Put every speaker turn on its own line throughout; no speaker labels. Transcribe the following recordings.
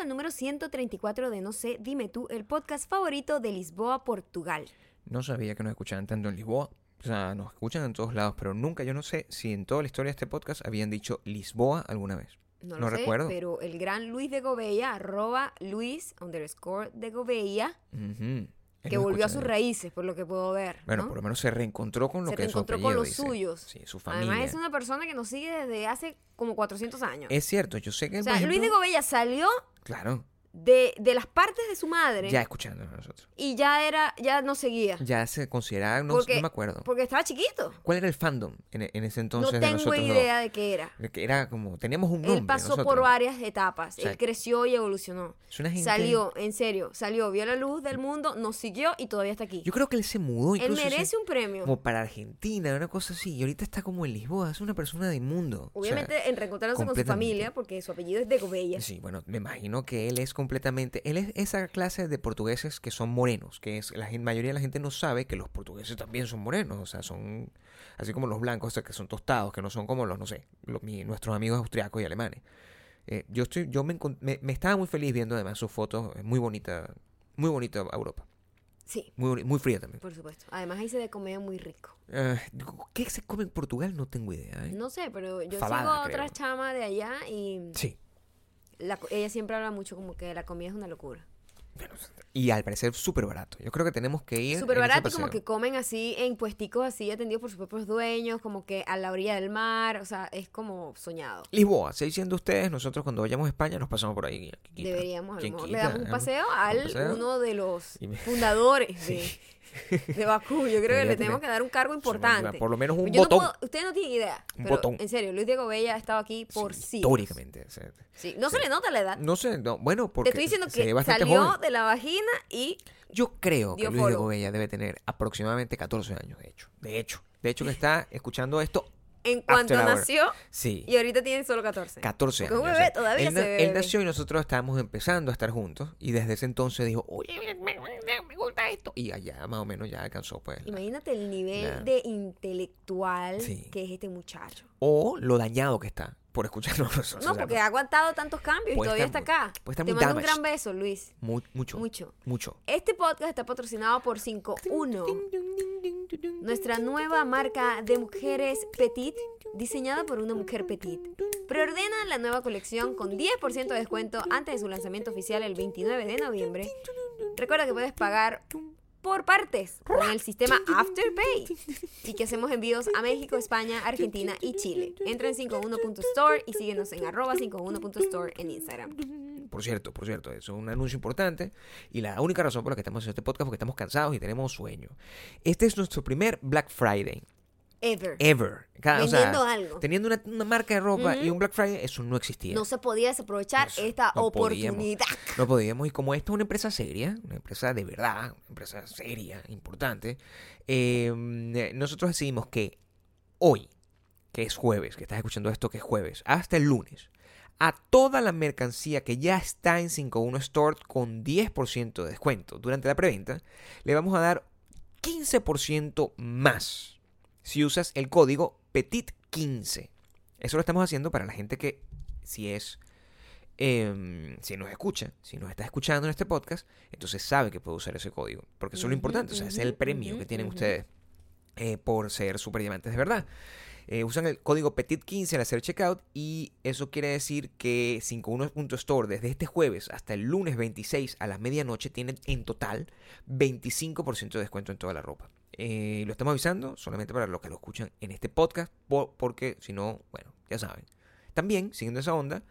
al número 134 de No sé, dime tú, el podcast favorito de Lisboa, Portugal.
No sabía que nos escuchaban tanto en Lisboa. O sea, nos escuchan en todos lados, pero nunca, yo no sé si en toda la historia de este podcast habían dicho Lisboa alguna vez.
No lo
No
sé,
recuerdo.
pero el gran Luis de Gobella, arroba Luis underscore de Gobella,
Ujú. Él
que
nos
volvió a
escucha
sus
de-
raíces, por lo que puedo ver.
Bueno,
¿no?
por lo menos se reencontró con lo
Se
que es su
reencontró con
apellido,
los
dice.
suyos.
Sí, su familia.
Además, es
es,
una persona que nos sigue desde hace como 400 años.
cierto, yo sé que...
o
por
sea, Luis de
ejemplo-
Gobella salió
Claro,
de, de las partes de su madre
ya escuchándonos a nosotros.
y ya era ya no seguía.
Ya se consideraba, no,
Ah. Porque-
no me acuerdo.
Porque estaba chiquito.
¿Cuál era el fandom en, en ese entonces
no
de
tengo
nosotros dos?
idea de qué era.
Que Era como, teníamos un nombre
Él pasó por
nosotros.
varias etapas.
sea,
Él creció y evolucionó.
es una gente-
Salió, en serio, salió, vio la luz del mundo, nos siguió y todavía está aquí.
Yo creo que él se mudó
Él
incluso. sí,
merece un premio.
Como para Argentina, una cosa así. Y ahorita está como en Lisboa, es una persona del mundo. O sea,
Obviamente, en reencontrarse con su
completamente.
familia, porque su apellido es de Gobella.
Sí, bueno, me imagino que él es completamente, él es esa clase de portugueses que son morenos, que es la gen- mayoría de la gente no sabe que los portugueses también son morenos, o sea, son así como los blancos, o sea, que son tostados, que no son como los, no sé, los- mi- nuestros amigos austriacos y alemanes. Eh, yo estoy, yo me, encon- me, me estaba muy feliz viendo además sus fotos, es muy bonita, muy bonita Europa,
Sí,
muy, boni- muy fría también.
por supuesto. Además, ahí se de comida muy rico.
Eh, ¿Qué se come en Portugal? No tengo idea. ¿eh?
No sé, pero yo
Fabada,
sigo a
creo.
otra chama de allá y
Sí.
la co- ella siempre habla mucho como que la comida es una locura.
Bueno, y al parecer súper barato. Yo creo que tenemos que ir.
Súper
en ese
barato y como
paseo.
que comen así en puesticos así atendidos por sus propios dueños, como que a la orilla del mar, o sea, es como soñado.
Lisboa, seguís siendo ustedes, nosotros cuando vayamos a España nos pasamos por ahí. ¿Quién quita?
Deberíamos, a lo
¿Quién
mejor le
quita? ¿eh?
damos un paseo al
un paseo.
uno de los
Y me-
fundadores de, de Bakú. Yo creo que
Debería
le tenemos
tener-
que dar un cargo importante.
Por lo menos un
Yo no
botón.
puedo- ustedes no tienen idea.
Un
pero,
botón.
En serio, Luis Diego Bella ha estado aquí por
Sí,
sí.
Históricamente. o sea,
Sí, No se le nota la edad.
No sé, no, bueno, porque
Te estoy diciendo
se ve
que
bastante
salió
joven.
de la vagina y
Yo creo que
dio
Luis de
follow.
Gobella debe tener aproximadamente 14 años, de hecho. De hecho, de hecho que está escuchando esto.
en cuanto
After hour.
nació
Sí.
y ahorita tiene solo 14.
14
Porque es un
años. o
bebé,
sea,
todavía
él,
se
na-
ve
él
bebé.
nació y nosotros estábamos empezando a estar juntos. Y desde ese entonces dijo, oye, me, me- me gusta esto. Y allá más o menos ya alcanzó, pues. la-
Imagínate el nivel
Claro.
de intelectual
Sí.
que es este muchacho.
O lo dañado que está por escucharnos nosotros.
No,
o sea, pues
porque ha aguantado tantos cambios y
puede
todavía está
estar
acá.
mu- puede estar
Te
muy
mando un
damaged.
gran beso, Luis.
mu- mucho.
Mucho.
Mucho.
Este podcast está patrocinado por 51, nuestra nueva marca de mujeres petit, diseñada por una mujer petit. Preordena la nueva colección con 10% de descuento antes de su lanzamiento oficial el 29 de noviembre. Recuerda que puedes pagar por partes con el sistema Afterpay y que hacemos envíos a México, España, Argentina y Chile. Entra en 51.store y síguenos en arroba 51.store en Instagram.
Por cierto, por cierto, eso es un anuncio importante y la única razón por la que estamos haciendo este podcast es porque estamos cansados y tenemos sueño. Este es nuestro primer Black Friday
Ever.
ever. Ca- o sea,
Vendiendo algo.
Teniendo una, una marca de ropa y un Black Friday, eso no existía.
No se podía desaprovechar
Eso,
esta
no
oportunidad.
Podíamos, no podíamos. Y como esta es una empresa seria, una empresa de verdad, una empresa seria, importante, eh, nosotros decidimos que hoy, que es jueves, que estás escuchando esto que es jueves, hasta el lunes, a toda la mercancía que ya está en 51 Store con 10% de descuento durante la preventa, le vamos a dar 15% más si usas el código PETIT15. Eso lo estamos haciendo para la gente que, si es, em, si nos escucha, si nos está escuchando en este podcast, entonces sabe que puede usar ese código. Porque eso es lo
Ujú,
importante, o sea, ese es el
ujú,
premio que
ujú,
tienen
ujú.
ustedes eh, por ser super diamantes de verdad. Eh, usan el código PETIT15 al hacer checkout y eso quiere decir que 51.store desde este jueves hasta el lunes 26 a la medianoche tienen en total 25% de descuento en toda la ropa. Eh, lo estamos avisando solamente para los que lo escuchan en este podcast po- porque si no, bueno, ya saben. También, siguiendo esa onda,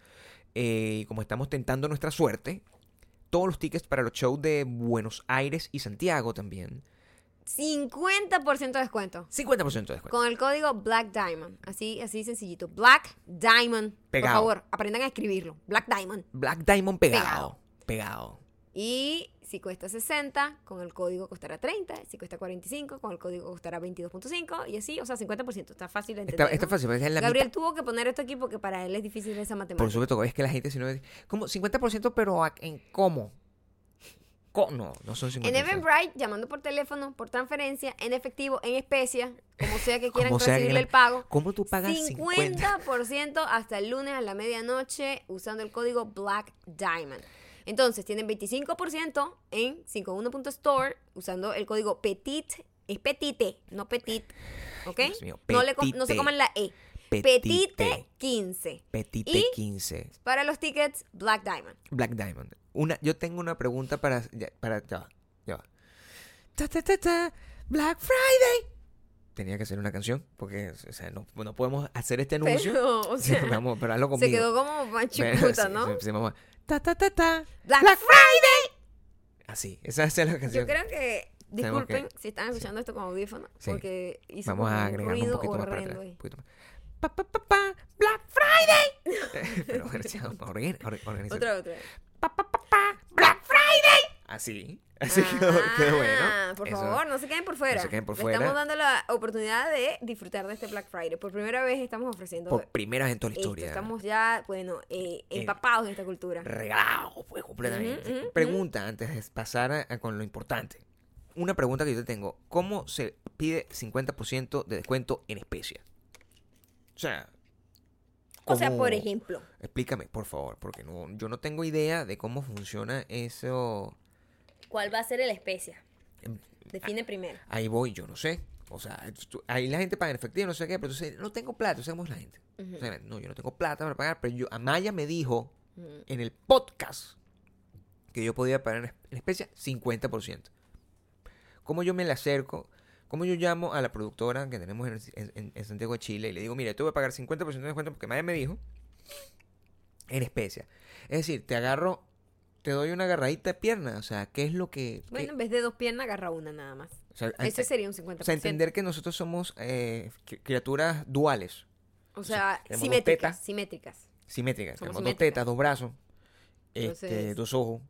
eh, como estamos tentando nuestra suerte, todos los tickets para los shows de Buenos Aires y Santiago también.
50% de descuento.
50% de descuento.
Con el código Black Diamond. Así, así sencillito. Black Diamond.
Pegado.
Por favor, aprendan a escribirlo. Black Diamond.
Black Diamond pegado. Pegado.
Y si cuesta 60, con el código costará 30. Si cuesta 45, con el código costará 22.5. Y así, o sea, 50%. Está fácil de entender.
Está, está
¿no?
fácil, es la
Gabriel
mitad.
tuvo que poner esto aquí porque para él es difícil esa matemática.
Por supuesto, es que la gente si no es- como 50%, pero ¿a- en cómo? Co- No, no son 50%.
En Eventbrite, llamando por teléfono, por transferencia, en efectivo, en especia, como sea que quieran
Como sea que
recibirle
quieran.
el pago.
¿Cómo tú pagas 50?
50% hasta el lunes a la medianoche usando el código Black Diamond. Entonces, tienen 25% en 51.store usando el código PETIT. Es petite, no petit. ¿Ok?
Dios mío,
No, le co- no se
petite.
coman la E.
Petite.
Petite 15.
Petite
Y-
15.
Para los tickets, Black Diamond.
Black Diamond. Una, yo tengo una pregunta para. Ya, para, ya va, ya va. Ta, ta, ta, ta, Black Friday. Tenía que hacer una canción porque o sea, no, no podemos hacer este anuncio.
Pero, o sea,
Vamos, pero hazlo
se
conmigo.
quedó como
Pero
machucuta,
sí,
¿no?
sí, sí, mamá. Ta, ta, ta, ta.
Black,
Black
Friday.
Así, esa esa es la canción.
Yo creo que,
Tenemos que-
disculpen si están escuchando esto con audífono,
Sí.
porque hizo
Vamos
como
a
un
agregar un
ruido
poquito más para
horrendo
atrás. un
ahí.
poquito más. Pa, pa, pa, pa, Black Friday. Pero bueno, ya, organ- or- organízate.
Otra, otra.
Pa, pa, pa, pa, Ah, Black Friday. Así, así que qué
Ah,
bueno.
Por
Eso-
favor, no se queden por fuera.
se queden por
Le
fuera.
Estamos dando la oportunidad de disfrutar de este Black Friday. Por primera vez estamos ofreciendo
Por primera vez en toda la
esto.
historia.
Estamos ya, bueno, eh, empapados en esta cultura.
regalado, pues, completamente.
Ujú, ujú,
pregunta antes de pasar a- a con lo importante. Una pregunta que yo te tengo. ¿Cómo se pide 50% de descuento en especie? O sea...
O sea,
¿cómo-
por ejemplo,
Explícame, por favor, porque no, yo no tengo idea de cómo funciona eso.
¿cuál va a ser la especia?
Em,
Define primero.
Ahí voy, yo no sé. O sea, tú- ahí la gente paga en efectivo, no sé qué, pero tú dices, no tengo plata, sabemos la gente. O sea, no, yo no tengo plata para pagar, pero yo, Amaya me dijo en el podcast que yo podía pagar en es- en especie 50%. ¿Cómo yo me le acerco? ¿Cómo yo llamo a la productora que tenemos en, en- en Santiago de Chile y le digo, mira, te voy a pagar 50% de descuento porque Amaya me dijo en especie? Es decir, te agarro, te doy una agarradita de pierna, o sea, ¿qué es lo que... qué-
Bueno, en vez de dos piernas, agarra una nada más.
o sea, an-
Ese sería un 50%.
o sea, entender que nosotros somos eh, cri- criaturas duales,
O sea,
tenemos dos
simétricas,
tetas.
simétricas.
simétricas.
Somos
Tenemos dos
simétricas.
tetas, dos brazos, este,
Entonces-
dos ojos.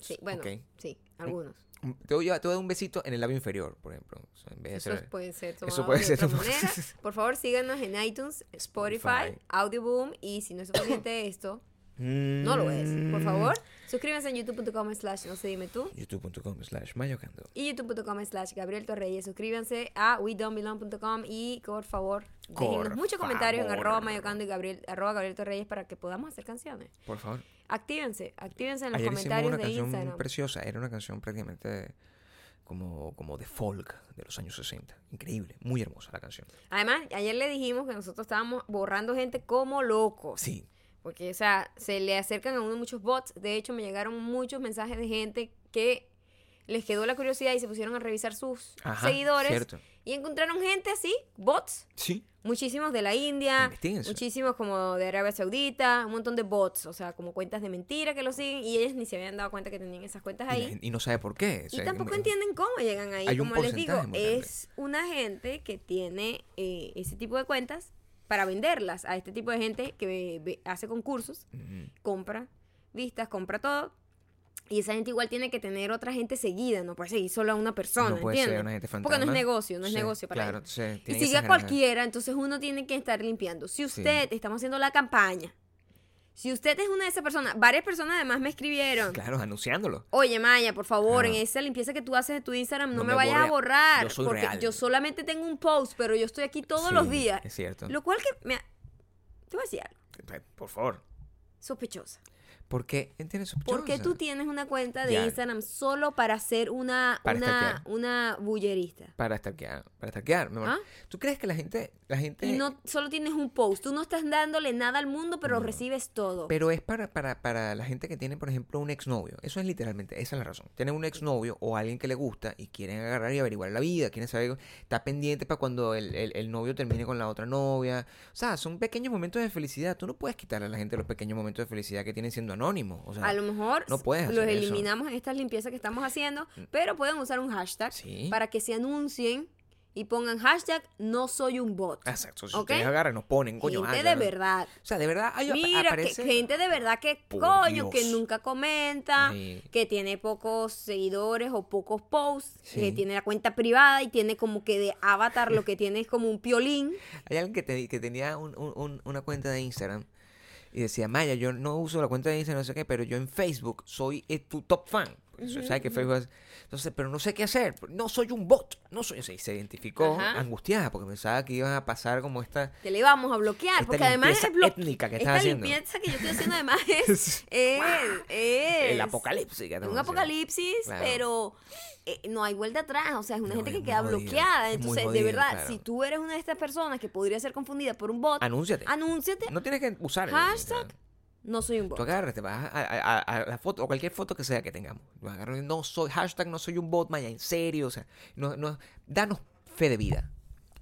Sí, bueno,
Ok.
sí, algunos.
Mm, Te voy, a, te voy a dar un besito en el labio inferior, por ejemplo. O sea, en vez de
Eso
hacer-
puede ser tomado
eso puede
de
ser
otra
tomado.
manera. Por favor, síganos en iTunes, Spotify,
Spotify.
Audioboom y si no es suficiente esto, no lo es. Por
Mm.
favor, suscríbanse en youtube.com slash no se dime tú
youtube.com slash mayocando.
y youtube.com slash Gabriel Torreyes. Suscríbanse a wedonbelong.com y por favor, déjenos
Por
muchos comentarios en arroba
favor.
mayocando y Gabriel, arroba Gabriel Torreyes para que podamos hacer canciones.
Por favor.
Actívense, actívense en los
Ayer hicimos
comentarios
una
de
canción
Instagram.
preciosa. Era una canción prácticamente como, como de folk de los años 60. Increíble. Muy hermosa la canción.
Además, ayer le dijimos que nosotros estábamos borrando gente como locos.
Sí.
Porque, o sea, se le acercan a uno muchos bots. De hecho, me llegaron muchos mensajes de gente que les quedó la curiosidad y se pusieron a revisar sus
Ajá,
seguidores.
cierto.
Y encontraron gente así, bots.
Sí.
Muchísimos de la India,
Investiguen eso.
muchísimos como de Arabia Saudita, un montón de bots, o sea, como cuentas de mentira que lo siguen y ellos ni se habían dado cuenta que tenían esas cuentas
Y, la
ahí.
gente- y no sabe por qué. o
Y
sea,
tampoco
como-
entienden cómo llegan ahí.
hay un
como les digo,
porcentaje muy grande.
es una gente que tiene eh, ese tipo de cuentas para venderlas a este tipo de gente que ve- ve- hace concursos
Ujú.
compra vistas, compra todo. Y esa gente igual tiene que tener otra gente seguida, no puede seguir solo a una persona,
No puede ser
¿entiendes?
una gente
Porque no
fantasma.
es negocio, no es
Sí,
negocio para
claro,
ellos.
sí, tienen
Y
esas
sigue a
granjas.
cualquiera, entonces uno tiene que estar limpiando. Si usted, estamos haciendo la campaña, si usted es una de esas personas, varias personas además me escribieron,
Claro, anunciándolo.
oye Maya, por favor,
Claro.
en esa limpieza que tú haces de tu Instagram, no,
No
me,
me
vayas a
borre-
borrar,
yo soy
porque
real".
yo solamente tengo un post, pero yo estoy aquí todos
Sí,
los días.
Es cierto.
Lo cual que me... ha- Te voy a decir algo,
Eh, Por favor.
sospechosa.
¿Por qué entiendes
¿Por qué tú tienes una cuenta de
Ya.
Instagram solo para ser una,
Para
una,
stalkear.
una bullerista?
Para stalkear, para stalkear, mi amor.
¿Ah?
¿Tú crees que la gente, la gente,
Y no solo tienes un post, tú no estás dándole nada al mundo, pero recibes todo.
pero es para, para, para la gente que tiene, por ejemplo, un exnovio? Eso es literalmente, esa es la razón. Tienen un exnovio o alguien que le gusta y quieren agarrar y averiguar la vida, quieren saber, está pendiente para cuando el, el- el novio termine con la otra novia. O sea, son pequeños momentos de felicidad. Tú no puedes quitarle a la gente los pequeños momentos de felicidad que tienen siendo anónimos. O sea,
a lo mejor
no puedes
los
hacer eso. Mm.
eliminamos en estas limpiezas que estamos haciendo, pero pueden usar un hashtag
Sí.
para que se anuncien y pongan hashtag no soy un bot.
Exacto, si
¿Ok?
ustedes agarran, nos ponen, coño,
gente de
háganlo.
verdad.
O sea, de verdad, hay
Mira, que,
aparece...
gente de verdad que
Por
coño,
Dios.
que nunca comenta,
Sí.
que tiene pocos seguidores o pocos posts, que
Sí.
tiene la cuenta privada y tiene como que de avatar lo que tiene es como un piolín.
Hay alguien que, te- que tenía un- un- un- una cuenta de Instagram y decía, Maya, yo no uso la cuenta de Instagram, no sé qué, pero yo en Facebook soy eh, tu top fan. Eso, ¿Sabes que Facebook hace? Entonces, pero no sé qué hacer. No soy un bot. No soy. Se, se identificó
Ajá.
angustiada porque pensaba que iban a pasar como esta.
Que le vamos a bloquear.
Esta
porque además
limpieza
es blo-
étnica que
esta
estás haciendo.
limpieza que yo estoy haciendo además es.
Es-
es- es-
El apocalipsis. que estamos
Un
haciendo.
apocalipsis,
Claro.
pero eh, no hay vuelta atrás. O sea, es una
No,
gente que
es muy
queda
jodido,
bloqueada.
es muy
Entonces, de
jodido,
verdad,
claro.
si tú eres una de estas personas que podría ser confundida por un bot,
Anúnciate.
anúnciate. No,
No tienes que usar el
Hashtag.
Instagram.
soy un
Tú
bot.
agarras, te vas a, a- a- a la foto, o cualquier foto que sea que tengamos. Tú agarras, no soy, hashtag no soy un bot, Maya, en serio. O sea, no, no- danos fe de vida.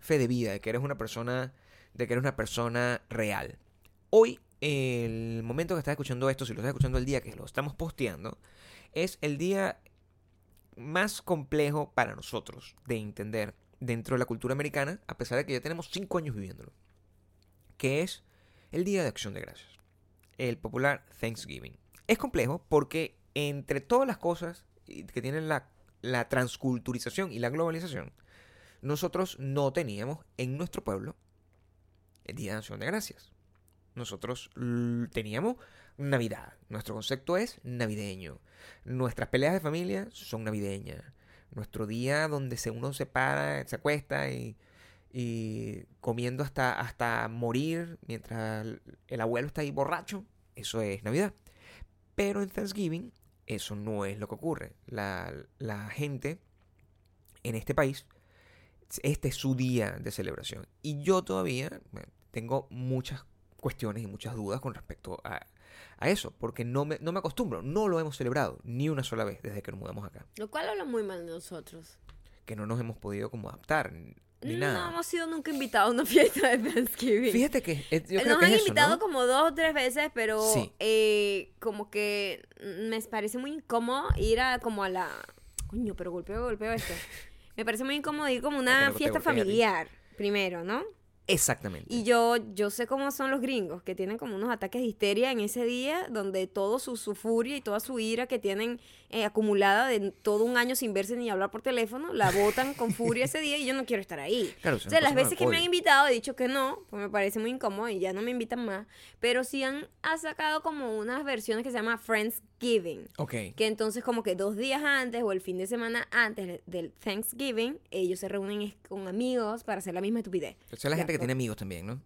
Fe de vida, de que eres una persona, de que eres una persona real. Hoy, el momento que estás escuchando esto, si lo estás escuchando el día que lo estamos posteando, es el día más complejo para nosotros de entender dentro de la cultura americana, a pesar de que ya tenemos cinco años viviéndolo, que es el Día de Acción de Gracias el popular Thanksgiving. Es complejo porque entre todas las cosas y- que tienen la, la transculturización y la globalización, nosotros no teníamos en nuestro pueblo el Día de Acción de Gracias. Nosotros l- teníamos Navidad. Nuestro concepto es navideño. Nuestras peleas de familia son navideñas. Nuestro día donde se- uno se para, se acuesta y, y comiendo hasta, hasta morir mientras el- el abuelo está ahí borracho, eso es Navidad. Pero en Thanksgiving eso no es lo que ocurre. La, la gente en este país, este es su día de celebración. Y yo todavía bueno, tengo muchas cuestiones y muchas dudas con respecto a, a eso, porque no me, no me acostumbro, no lo hemos celebrado ni una sola vez desde que nos mudamos acá,
Lo cual habla muy mal de nosotros.
que no nos hemos podido como adaptar ni
No
nada.
hemos sido nunca invitados a una fiesta de Thanksgiving.
Fíjate que es- yo creo
Eh, Nos
que
han
es eso,
invitado
¿no?
como dos o tres veces, pero
Sí.
eh, como que mm, me parece muy incómodo ir a como a la... Coño, pero golpeo, golpeo esto. me parece muy incómodo ir como a
Ah, que
una
lo que te
fiesta
golpea a ti.
familiar primero, ¿no?
Exactamente.
Y yo, yo sé cómo son los gringos, que tienen como unos ataques de histeria en ese día, donde todo su, su furia y toda su ira que tienen eh, acumulada de todo un año sin verse ni hablar por teléfono, la botan con furia ese día y yo no quiero estar ahí.
Claro, es
o
una
sea, las
persona de
veces que me
apoyo.
han invitado he dicho que no, pues me parece muy incómodo y ya no me invitan más. Pero sí han ha sacado como unas versiones que se llama Friendsgiving.
Ok.
Que entonces como que dos días antes o el fin de semana antes del Thanksgiving, ellos se reúnen es- con amigos para hacer la misma estupidez.
Esa es la
Ya,
gente que
pues.
tiene amigos también, ¿no?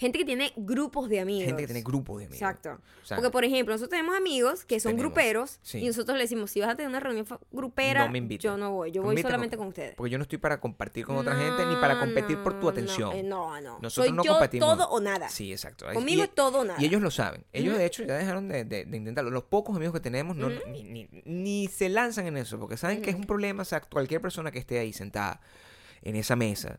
Gente que tiene grupos de amigos.
Gente que tiene grupos de amigos.
Exacto.
O sea,
Porque, por ejemplo, nosotros tenemos amigos que son
Tenemos,
gruperos
sí.
y nosotros le decimos, si vas a tener una reunión fa- grupera,
no me invites.
yo no voy, yo
No me
voy
invites
solamente
porque-
con ustedes.
Porque yo no estoy para compartir con otra gente ni para
No,
competir por tu
no,
atención.
eh, No, no.
Nosotros
Soy
no
yo
compartimos.
todo o nada.
Sí, exacto.
Conmigo
Y-
es todo o nada.
Y ellos lo saben. Ellos,
Ujú.
de hecho, ya dejaron de, de- de intentarlo. Los pocos amigos que tenemos no- ni, ni- ni se lanzan en eso, porque saben que es un problema. O sea, cualquier persona que esté ahí sentada en esa mesa,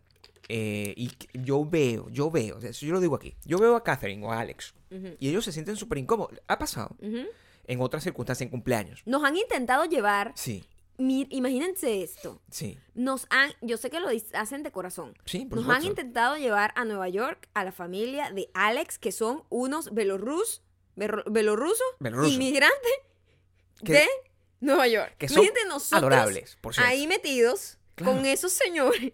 eh, y que- yo veo, yo veo, o sea, eso yo lo digo aquí, yo veo a Catherine o a Alex, y ellos se sienten súper incómodos. Ha pasado
Ujú.
en otras circunstancias, en cumpleaños.
Nos han intentado llevar,
Sí,
mi- imagínense esto,
sí.
nos han, yo sé que lo dis- hacen de corazón,
Sí, por
nos han
supuesto.
intentado llevar a Nueva York a la familia de Alex, que son unos belorrus, berro- belorrusos,
Belorrusos.
inmigrantes
Que-
de Nueva York.
que son
Imagínate nosotros
adorables, por cierto.
ahí metidos
Claro.
con esos señores,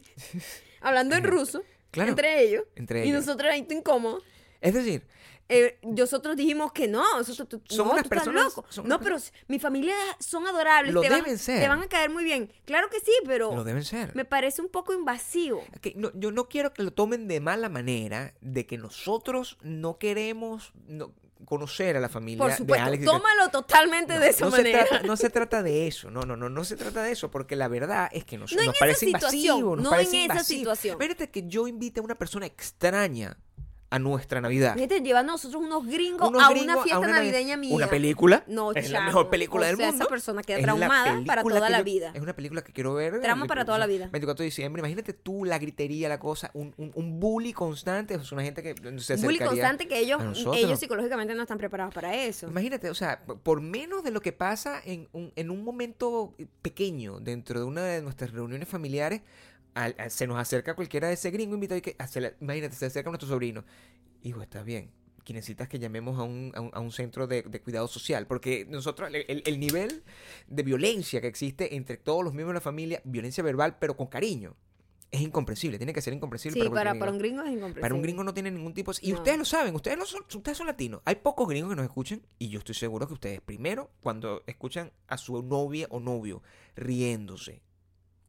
hablando en ruso,
Claro.
entre ellos,
Entre
y
ellos.
nosotros ahí todo incómodos.
Es decir,
Eh, nosotros dijimos que no, nosotros, tú,
Son
no, tú
unas
estás
personas-
loco.
son
no,
unas
pero mi familia son adorables.
Lo
te van-
deben ser.
Te van a caer muy bien. Claro que sí, pero
lo deben ser.
Oh. me parece un poco invasivo.
que no- yo no quiero que lo tomen de mala manera, de que nosotros no queremos no- conocer a la familia
Por
de
supuesto,
Alex. y de-
tómalo totalmente
No,
de esa
no se
manera.
trata- no se trata de eso, no, no, no, no se trata de eso, porque la verdad es que nos,
No en
nos
esa
parece
situación,
invasivo, nos
no
parece
en esa
invasivo.
situación.
Espérate que yo invite a una persona extraña a nuestra Navidad.
Fíjate, llevan a nosotros unos gringos
Unos
a
gringos
una fiesta
una navi-
navideña mía.
Una película.
No,
es la
chamo.
mejor película
O
del
sea,
mundo.
esa persona queda
Es la
traumada para
película
toda
que
la
yo-
vida.
Es una película que quiero ver. eh,
Trauma para toda la vida.
24 de diciembre. Imagínate tú la gritería, la cosa. Un, un, un bully constante. Es una gente que se
Un bullying
acercaría
constante que ellos,
a nosotros.
ellos psicológicamente no están preparados para eso.
Imagínate, o sea, p- por menos de lo que pasa en un, en un momento eh, pequeño dentro de una de nuestras reuniones familiares, al- al- se nos acerca cualquiera de ese gringo invitado y que, ah, se le- imagínate, se acerca nuestro sobrino. Hijo, estás bien. Que necesitas que llamemos a un, a un- a un centro de, de cuidado social, porque nosotros, el- el, el nivel de violencia que existe entre todos los miembros de la familia, violencia verbal, pero con cariño. es incomprensible, tiene que ser incomprensible.
Sí, para,
cualquier
para un gringo es incomprensible.
Para un gringo no tiene ningún tipo... Y
No.
ustedes lo saben, ustedes, no son, ustedes son latinos. Hay pocos gringos que nos escuchan y yo estoy seguro que ustedes, primero, cuando escuchan a su novia o novio riéndose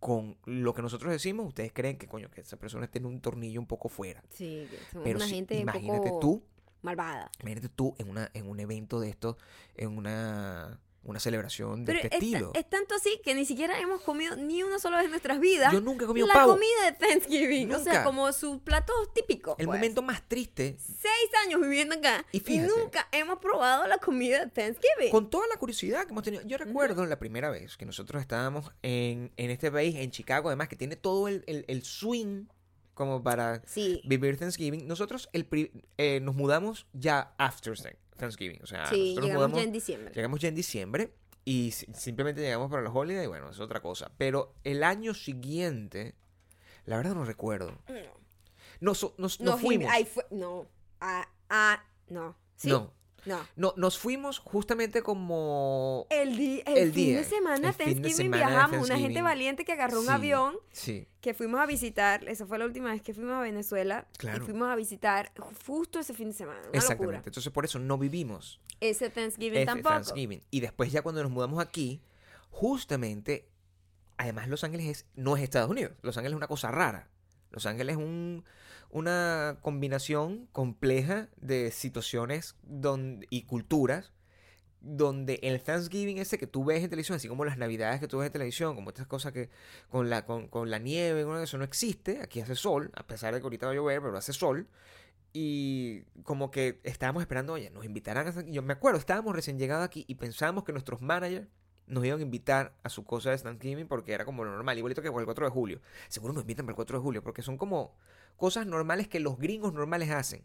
con lo que nosotros decimos, ustedes creen que, coño, que esa persona tiene un tornillo un poco fuera.
Sí, que somos
Pero
una
si-
gente un
imagínate
poco
tú,
malvada.
imagínate tú en, una, en un evento de estos, en una, una celebración de
Pero
este
es, ta-
estilo.
es tanto así que ni siquiera hemos comido ni una sola vez en nuestras vidas
Yo nunca he comido
la
pavo.
comida de Thanksgiving. O sea,
Nunca.
como su plato típico.
El
pues.
momento más triste
Seis años viviendo acá
Y
y,
fíjate.
nunca hemos probado la comida de Thanksgiving.
Con toda la curiosidad que hemos tenido. Yo recuerdo la primera vez que nosotros estábamos en, en este país, en Chicago, además, que tiene todo el, el- el swing como para
Sí.
vivir Thanksgiving. Nosotros el pri- eh, nos mudamos ya after Thank- Thanksgiving. O sea,
Sí,
nosotros nos
llegamos
mudamos-
ya en diciembre.
llegamos ya en diciembre y si- simplemente llegamos para los holidays y bueno, es otra cosa. Pero el año siguiente, la verdad no recuerdo. Nos, nos, nos
Mm. Nos invi-
fuimos.
ahí fue- no. Ah, ah, no. Sí.
No.
No.
No, nos fuimos justamente como
El, di- el,
El
fin
día,
de semana
el fin de
Thanksgiving
semana de
viajamos. Una gente
Thanksgiving.
valiente que agarró un
Sí,
avión
Sí.
que fuimos a visitar. Esa fue la última vez que fuimos a Venezuela.
Claro.
Y fuimos a visitar ju- justo ese fin de semana. Una
Exactamente.
locura.
Entonces por eso no vivimos
Ese Thanksgiving
ese
tampoco.
Thanksgiving. Y después ya cuando nos mudamos aquí, justamente, además Los Ángeles es- no es Estados Unidos. Los Ángeles es una cosa rara. Los Ángeles es un- una combinación compleja de situaciones don- y culturas donde el Thanksgiving ese que tú ves en televisión, así como las navidades que tú ves en televisión, como estas cosas que con la, con, con la nieve, bueno, eso no existe, aquí hace sol, a pesar de que ahorita va a llover, pero hace sol, y como que estábamos esperando, oye, nos invitarán a Thanksgiving. Yo me acuerdo, estábamos recién llegados aquí y pensábamos que nuestros managers nos iban a invitar a su cosa de Thanksgiving porque era como lo normal, igualito que por el 4 de julio. Seguro nos invitan para el 4 de julio porque son como cosas normales que los gringos normales hacen.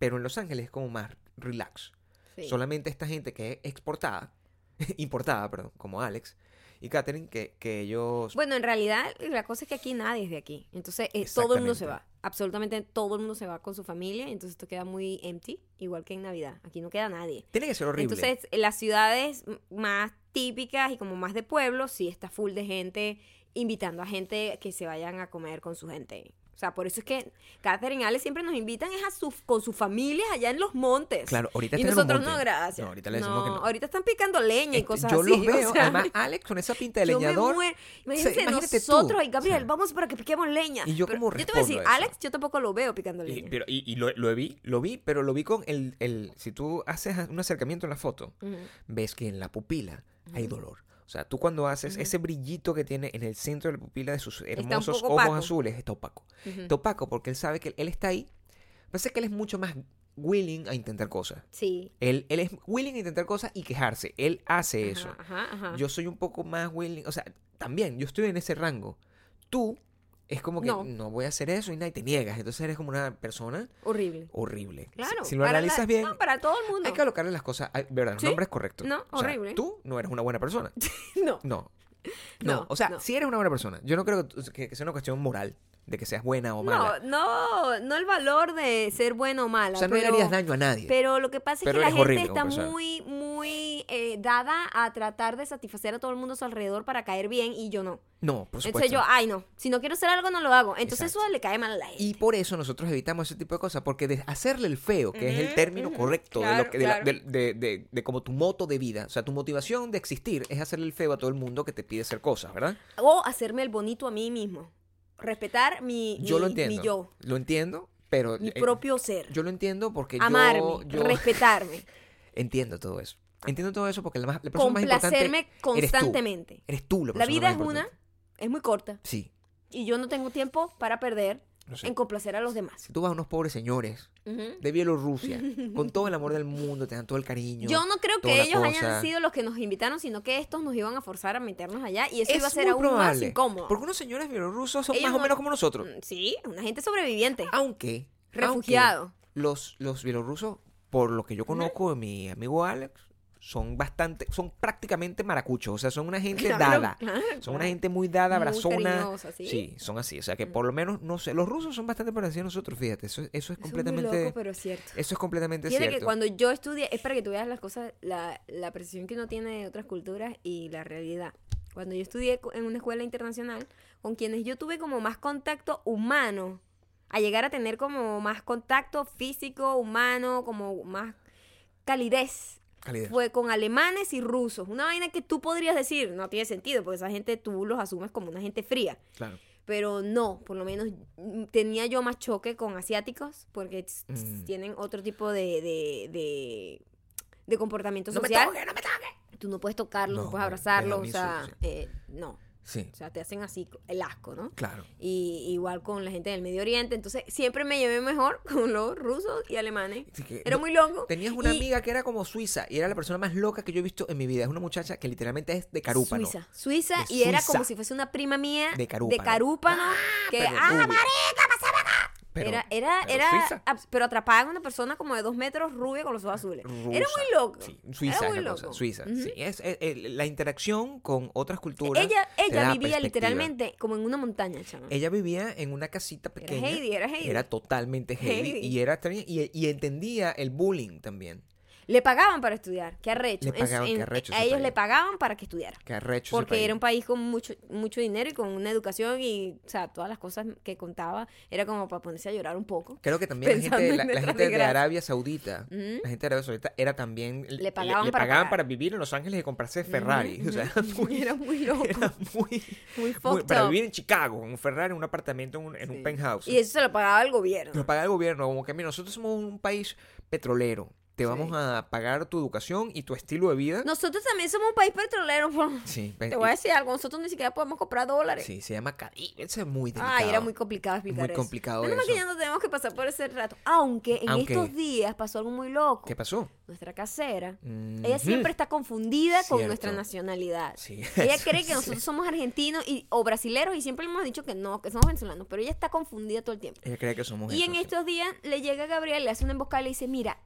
Pero en Los Ángeles es como más relax.
Sí.
Solamente esta gente que es exportada, importada, perdón, como Alex y Katherine, que, que ellos...
Bueno, en realidad la cosa es que aquí nadie es de aquí. Entonces eh, todo el mundo se va.
Exactamente.
Absolutamente todo el mundo se va con su familia. y Entonces esto queda muy empty. Igual que en Navidad. Aquí no queda nadie.
tiene que ser horrible.
Entonces, las ciudades m- más típicas y como más de pueblo, sí está full de gente invitando a gente que se vayan a comer con su gente. O sea, por eso es que Catherine y Alex siempre nos invitan es a su, con sus familias allá en los montes.
Claro, ahorita
Y
están en los
nosotros no,
montes.
gracias.
No, ahorita le decimos que no.
ahorita están picando leña y
Este,
cosas
yo
así.
los
o
veo,
sea,
además Alex con esa pinta de
yo me
leñador.
muero. Imagínense,
imagínate tú.
nosotros y Gabriel,
Sí.
vamos para que piquemos leña.
Y yo
Pero
cómo
yo te voy a decir,
respondo a eso.
Alex, yo tampoco lo veo picando
Y,
leña.
pero- y- y lo, lo vi, lo vi, pero lo vi con el, el... Si tú haces un acercamiento en la foto,
Ujú.
ves que en la pupila hay dolor. O sea, tú cuando haces ese brillito que tiene en el centro de la pupila de sus
un
hermosos
poco
ojos
opaco.
azules, está opaco.
Ujú.
Está opaco porque él sabe que él está ahí. Pasa que él es mucho más willing a intentar cosas.
Sí.
Él, él es willing a intentar cosas y quejarse. Él hace
Ajá,
eso.
ajá, ajá.
Yo soy un poco más willing. O sea, también, yo estoy en ese rango. Tú es como que
No.
no, voy a hacer eso y nada, y te niegas. Entonces eres como una persona
Horrible.
horrible. Si-
Claro.
Si, lo
para la-
analizas bien,
No, para todo el mundo.
hay que colocarle las cosas, a- ¿verdad? Los
Sí.
nombres correctos.
No,
O sea,
horrible.
tú no eres una buena persona.
no.
No. No,
No,
o sea,
no.
si eres una buena persona, yo no creo que, tú- que- que sea una cuestión moral de que seas buena o mala.
No, no, no el valor de ser bueno o mala.
o sea, no
pero,
le harías daño a nadie.
Pero lo que pasa es
Pero
que la
eres
gente
horrible como
está
persona.
muy, muy eh, dada a tratar de satisfacer a todo el mundo a su alrededor para caer bien y yo no.
no, por supuesto.
Entonces yo, ay no, si no quiero hacer algo no lo hago. Entonces eso le cae mal a la gente.
Y por eso nosotros evitamos ese tipo de cosas, porque de hacerle el feo, que es el
Ujú,
término
ujú,
correcto de,
claro,
lo que- de la-
claro.
del- de- de- de como tu moto de vida, o sea, tu motivación de existir es hacerle el feo a todo el mundo que te pide hacer cosas, ¿verdad?
O hacerme el bonito a mí mismo. Respetar mi,
Yo
mi-
lo entiendo.
mi yo,
Lo entiendo, pero...
mi
eh,
propio ser.
Yo lo entiendo porque yo-
amarme,
yo...
respetarme,
entiendo todo eso. Entiendo todo eso porque la, más- la persona más importante
complacerme
eres tú.
constantemente.
Eres tú la
La
persona
vida
más
es una,
importante.
es muy corta.
Sí.
Y yo no tengo tiempo para perder
No sé.
en complacer a los demás.
Si tú vas a unos pobres señores
Ujú.
de Bielorrusia, con todo el amor del mundo, te dan todo el cariño.
Yo no creo
toda
que
la
ellos hayan
cosa.
sido los que nos invitaron, sino que estos nos iban a forzar a meternos allá y eso
es
iba a ser
muy
aún más
probable,
incómodo.
Porque unos señores bielorrusos son
Ellos
más o
no-
menos como nosotros.
Mm, Sí, una gente sobreviviente.
Aunque.
Refugiado.
aunque los, los bielorrusos, por lo que yo conozco de mi amigo Alex, son bastante. Son prácticamente maracuchos. O sea, son una gente
Claro,
dada.
claro,
Son una gente muy dada,
Muy
abrazona.
cariñosa, ¿sí? Mm.
son así. O sea, que por lo menos, no sé. Los rusos son bastante parecidos a nosotros, fíjate. Eso, eso es
Eso es muy
completamente.
loco, pero es cierto.
Eso es completamente
Fíjate
cierto.
que cuando yo estudié, es para que tú veas las cosas, la, la percepción que uno tiene de otras culturas y la realidad. cuando yo estudié co- en una escuela internacional, con quienes yo tuve como más contacto humano, a llegar a tener como más contacto físico, humano, como más calidez,
Calidez.
fue con alemanes y rusos. Una vaina que tú podrías decir, no tiene sentido, porque esa gente tú los asumes como una gente fría.
Claro.
Pero no, por lo menos mm, tenía yo más choque con asiáticos, porque tss, tss,
Mm.
tienen otro tipo de, de, de, de comportamiento
No me
social.
toques, no me toques.
Tú no puedes tocarlos, no,
No,
puedes
no,
abrazarlos, o sea,
déjame eso,
eh, no.
Sí,
O sea, te hacen así el asco, ¿no?
claro.
Y igual con la gente del Medio Oriente. Entonces, siempre me llevé mejor con los rusos y alemanes.
Así que
Era
no-
muy loco.
Tenías una
Y
amiga que era como suiza y era la persona más loca que yo he visto en mi vida. Es una muchacha que literalmente es de carúpano.
Suiza. Suiza,
De
y era
Suiza.
como si fuese una prima mía
De Carúpano.
Carúpano, que,
pero
¡ah,
rubia.
marica, pásame acá!
Pero-
era, era,
pero
era,
suiza.
abs- pero atrapaban a una persona como de dos metros rubia con los ojos azules. Era
Rusa.
muy loco.
Sí, Suiza
era
es
muy
la
loco.
cosa. Suiza.
Ujú.
Sí, es, es- es- la interacción con otras culturas.
Ella,
te da
ella vivía
perspectiva. Eh,
literalmente como en una montaña, chama.
Ella vivía en una casita pequeña.
Heidi, era Heidi.
Era totalmente Heidi.
Heidi.
Y, era, también- y, y entendía el bullying también.
Le pagaban para estudiar, qué arrecho.
Le pagaban, qué
en,
arrecho
a
ese
ellos
país.
le pagaban para que estudiara.
Que arrecho ese
Porque
país.
era un país con mucho, mucho dinero y con una educación y, o sea, todas las cosas que contaba era como para ponerse a llorar un poco.
Creo que también la
Pensando
gente,
en
la, la
nuestra
gente de
desgracia.
Arabia Saudita,
Ujú.
la gente de Arabia Saudita era también
Le pagaban para
pagaban
pagar.
para vivir en Los Ángeles y comprarse Ferrari, o sea, era muy,
era muy loco.
era muy,
Muy
muy-
fucked
para
up.
vivir en Chicago, en un Ferrari, en un apartamento, en un, en un
Sí.
penthouse.
Y eso se lo pagaba el gobierno.
Lo paga el gobierno, como que mira, nosotros somos un país petrolero, te vamos a pagar tu educación y tu estilo de vida.
Nosotros también somos un país petrolero. por-
Sí,
Te voy a decir algo, nosotros ni siquiera podemos comprar dólares.
Eh, sí, se llama Cali, ese es muy delicado.
Ay, era muy complicado explicar
Muy
eso.
complicado
Menos mal que
eso.
ya no tenemos que pasar por ese rato. Aunque en
Aunque-
estos días pasó algo muy loco.
¿Qué pasó?
Nuestra casera.
Ujú.
Ella siempre está confundida con
Cierto.
nuestra nacionalidad.
Sí,
Ella
eso
cree que
sí.
nosotros somos argentinos y, o brasileros y siempre le hemos dicho que no, que somos venezolanos, pero ella está confundida todo el tiempo.
Ella cree que somos
Y
eso,
en
sí.
estos días le llega Gabriel, le hace una emboscada y le dice, mira,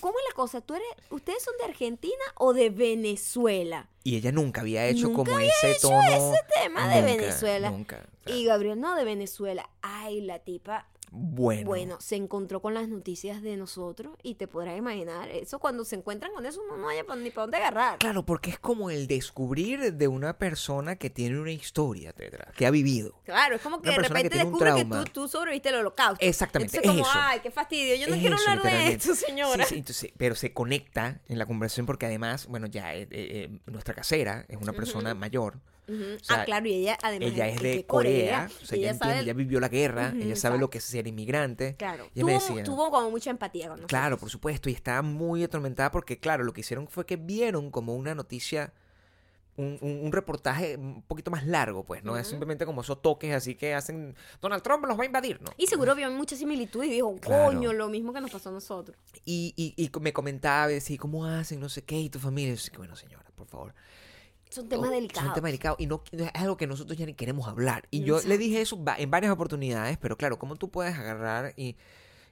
¿cómo es la cosa? ¿Tú eres, ¿Ustedes son de Argentina o de Venezuela?
Y ella nunca había hecho
Nunca
como
había
ese
hecho
tono.
ese tema de
Nunca,
Venezuela.
Nunca. O sea,
Y Gabriel, no, de Venezuela. Ay, la tipa.
bueno.
Bueno, se encontró con las noticias de nosotros y te podrás imaginar, eso cuando se encuentran con eso no, no hay pa- ni para dónde agarrar.
Claro, porque es como el descubrir de una persona que tiene una historia detrás, que ha vivido.
Claro, es como que
Una
de
persona que
repente
tiene un
descubre que
trauma.
tú, tú sobreviviste al holocausto.
Exactamente,
Entonces,
es
como,
eso.
ay, qué fastidio, yo no
Es
quiero
eso,
hablar de
literalmente.
esto, señora.
Sí, sí, entonces, pero se conecta en la conversación porque además, bueno, ya eh, eh, eh, nuestra casera es una persona mayor.
Ujú.
O sea,
ah, claro, y ella además
ella es de
que
Corea, o sea,
y
ella,
ella sabe,
entiende, ella vivió la guerra,
Ujú,
ella sabe lo que es ser inmigrante.
claro,
Ella me
tuvo,
decía-
tuvo como mucha empatía con nosotros.
Claro, por supuesto, y estaba muy atormentada porque, claro, lo que hicieron fue que vieron como una noticia, un, un- un reportaje un poquito más largo, pues, ¿no? Es simplemente como esos toques así que hacen, Donald Trump los va a invadir, ¿no?
Y seguro vio mucha similitud y dijo,
Claro.
coño, lo mismo que nos pasó a nosotros.
Y, y, y me comentaba, decía, ¿cómo hacen? No sé qué, y tu familia. Y yo, sí, que bueno, señora, por favor.
Son temas
Oh,
delicados.
Es un tema delicado y no, no es algo que nosotros ya ni queremos hablar. Y yo le
Exacto.
dije eso va- en varias oportunidades, pero claro, ¿cómo tú puedes agarrar y,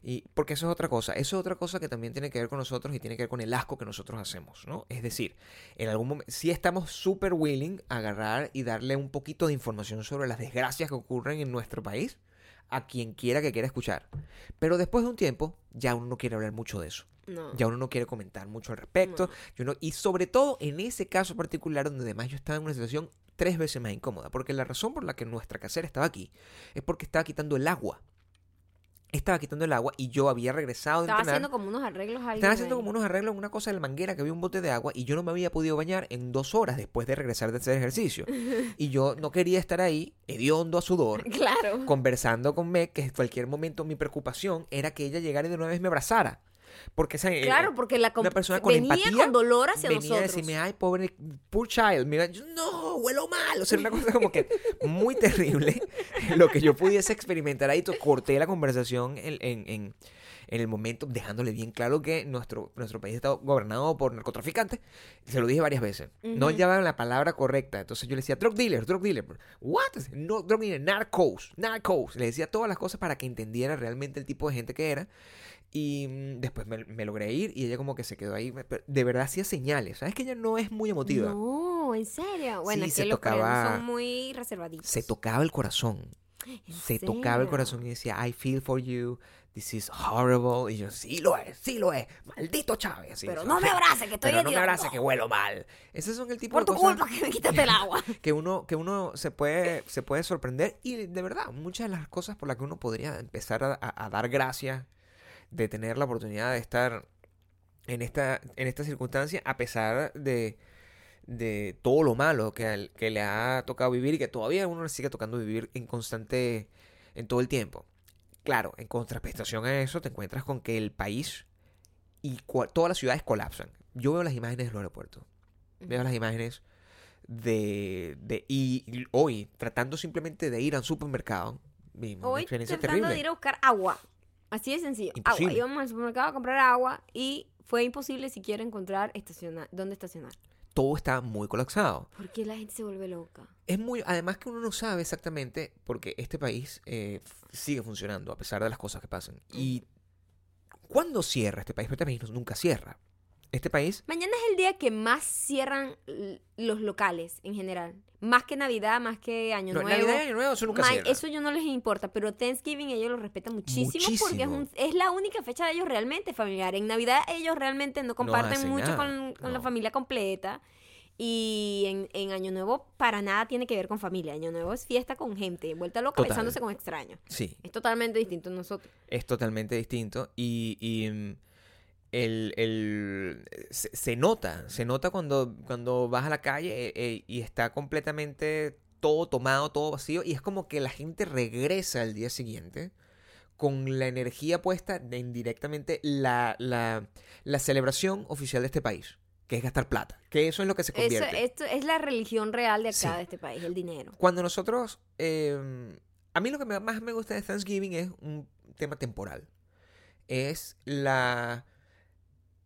y- Porque eso es otra cosa. Eso es otra cosa que también tiene que ver con nosotros y tiene que ver con el asco que nosotros hacemos, ¿no? Es decir, en algún momento, sí estamos súper willing a agarrar y darle un poquito de información sobre las desgracias que ocurren en nuestro país a quien quiera que quiera escuchar. Pero después de un tiempo, ya uno no quiere hablar mucho de eso
No.
ya uno no quiere comentar mucho al respecto. Y, uno- y sobre todo en ese caso particular donde además yo estaba en una situación tres veces más incómoda, porque la razón por la que nuestra casera estaba aquí es porque estaba quitando el agua. Estaba quitando el agua y yo había regresado de
Estaba
entrenar.
haciendo como unos arreglos a
Estaba
alguien
haciendo
ahí.
como unos arreglos en una cosa de la manguera que había un bote de agua y yo no me había podido bañar en dos horas después de regresar de hacer ejercicio. Y yo no quería estar ahí, hediondo a sudor,
Claro.
conversando con Meg, que en cualquier momento mi preocupación era que ella llegara y de una vez me abrazara. Porque esa,
Claro, porque la
eh, una
comp-
persona con
venía
empatía,
con dolor hacia
venía a
nosotros.
decirme, ay, pobre, poor child. Mira, yo, no, huelo mal. O sea, una cosa como que muy terrible lo que yo pudiese experimentar ahí. to- Corté la conversación en, en- en- en el momento, dejándole bien claro que nuestro, nuestro país está gobernado por narcotraficantes. Se lo dije varias veces. No
Ujú.
llevaban la palabra correcta. Entonces yo le decía, drug dealer, drug dealer. What? No, drug dealer, narcos, narcos. Le decía todas las cosas para que entendiera realmente el tipo de gente que era. Y mm, después me, me logré ir y ella como que se quedó ahí. me- pero De verdad hacía señales. ¿Sabes que ella no es muy emotiva?
No, en serio. Bueno,
Sí,
es
se
que los
tocaba-
coreanos son muy reservaditos.
Se tocaba el corazón.
¿En
se tocaba el
serio?
corazón y decía, I feel for you, this is horrible. Y yo, sí lo es, sí lo es, maldito Chávez. Así,
Pero
o sea,
no me abraces, que estoy
Pero no me
hediondo.
abraces, que huelo mal. Esos son el tipo
Por
de
tu
cosas
culpa que me quitaste el agua.
que uno, que uno se, puede, se puede sorprender. Y de verdad, muchas de las cosas por las que uno podría empezar a, a- a dar gracias de tener la oportunidad de estar en esta, en esta circunstancia, a pesar de, de todo lo malo que, al- que le ha tocado vivir y que todavía uno le sigue tocando vivir en constante, en todo el tiempo. Claro, en contraprestación a eso te encuentras con que el país y cua- todas las ciudades colapsan. Yo veo las imágenes del aeropuerto. Veo las imágenes de, de y y hoy tratando simplemente de ir al supermercado. mi- Una
Hoy
experiencia
tratando
terrible.
de ir a buscar agua. Así de sencillo.
Imposible.
Agua. Íbamos al supermercado a comprar agua y fue imposible siquiera encontrar estaciona- dónde estacionar.
Todo está muy colapsado.
¿Por qué la gente se vuelve loca?
Es muy, además que uno no sabe exactamente porque este país eh, f- sigue funcionando a pesar de las cosas que pasan.
Mm.
Y ¿cuándo cierra este país? Pero este país no- nunca cierra. Este país,
Mañana es el día que más cierran l- los locales en general. Más que Navidad, más que Año
no,
Nuevo.
Navidad y Año Nuevo, eso nunca
Ma-
cierra.
eso yo no les importa, pero Thanksgiving ellos lo respetan muchísimo, porque es,
Muchísimo.
un- es la única fecha de ellos realmente familiar. En Navidad ellos realmente no comparten
hacen
mucho
nada,
con, con la
no.
familia completa. Y en, en Año Nuevo para nada tiene que ver con familia. Año Nuevo es fiesta con gente, vuelta loca
Total.
besándose con extraños.
Sí,
Es totalmente distinto a nosotros.
es totalmente distinto y, y, mm, el, el- se, se nota, se nota cuando, cuando vas a la calle eh, eh, y está completamente todo tomado, todo vacío y es como que la gente regresa al día siguiente con la energía puesta en directamente la, la, la celebración oficial de este país, que es gastar plata, que eso es lo que se
Eso,
convierte.
esto es la religión real de acá,
Sí.
de este país, el dinero.
Cuando nosotros... eh, a mí lo que me- más me gusta de Thanksgiving es un tema temporal. Es la...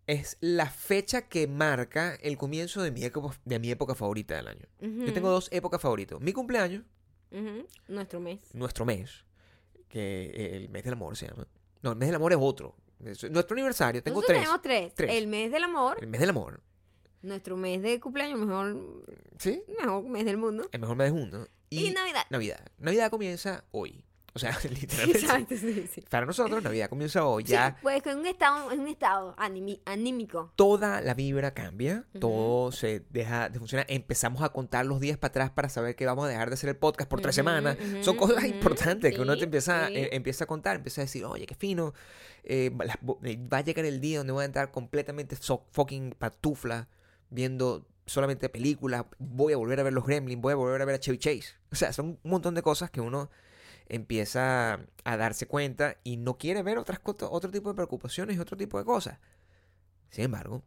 Es la fecha que marca el comienzo de mi, eco- de mi época favorita del año. Yo
Ujú,
tengo dos épocas favoritas. Mi cumpleaños,
ujú, Nuestro mes.
nuestro mes, que eh, el mes del amor se llama. No, el mes del amor es otro. Es nuestro aniversario, tengo
Nosotros
tres.
tenemos tres.
Tres.
El mes del amor,
El mes del amor.
nuestro mes de cumpleaños, mejor,
¿Sí?
mejor mes del mundo.
El mejor mes del mundo.
Y,
Y,
Navidad.
Navidad. Navidad comienza hoy. O sea, literalmente.
Exacto, sí, sí.
Para nosotros, Navidad comienza hoy. Ya
Sí, pues en un estado, en un estado animi- anímico.
toda la vibra cambia,
Ujú.
todo se deja de funcionar. Empezamos a contar los días para atrás para saber que vamos a dejar de hacer el podcast por tres
Ujú,
semanas.
ujú,
Son cosas
ujú,
importantes que uno
sí,
te empieza,
sí.
eh, empieza a contar, empieza a decir, oye, qué fino, eh, va- las bo- eh, va a llegar el día donde voy a entrar completamente so- fucking patufla viendo solamente películas, voy a volver a ver los Gremlins, voy a volver a ver a Chevy Chase. O sea, son un montón de cosas que uno empieza a darse cuenta y no quiere ver otras co- otro tipo de preocupaciones y otro tipo de cosas. Sin embargo,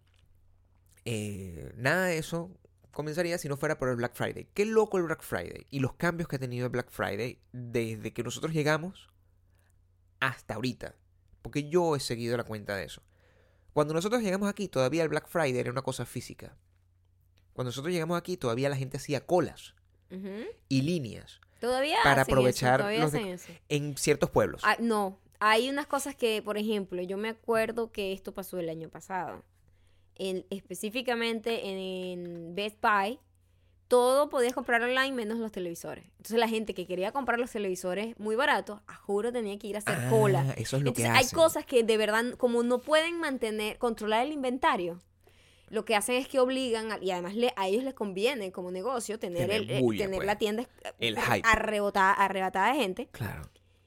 eh, nada de eso comenzaría si no fuera por el Black Friday. Qué loco el Black Friday y los cambios que ha tenido el Black Friday desde que nosotros llegamos hasta ahorita. Porque yo he seguido la cuenta de eso. Cuando nosotros llegamos aquí, todavía el Black Friday era una cosa física. Cuando nosotros llegamos aquí, todavía la gente hacía colas
Ujú.
y líneas
Todavía
Para
hacen
aprovechar
eso, todavía
los de- pues
hacen eso.
en ciertos pueblos.
Ah, no, hay unas cosas que, por ejemplo, yo me acuerdo que esto pasó el año pasado. En- específicamente en Best Buy, todo podías comprar online menos los televisores. Entonces la gente que quería comprar los televisores muy baratos, a juro tenía que ir a hacer
Ah,
cola.
Eso es lo
Entonces,
que
hay
hacen.
cosas que de verdad, como no pueden mantener, controlar el inventario, lo que hacen es que obligan, a- y además le- a ellos les conviene como negocio tener,
Tener
el, eh,
bulla,
tener
pues.
la tienda eh,
El hype.
arrebotada, arrebatada de gente,
Claro.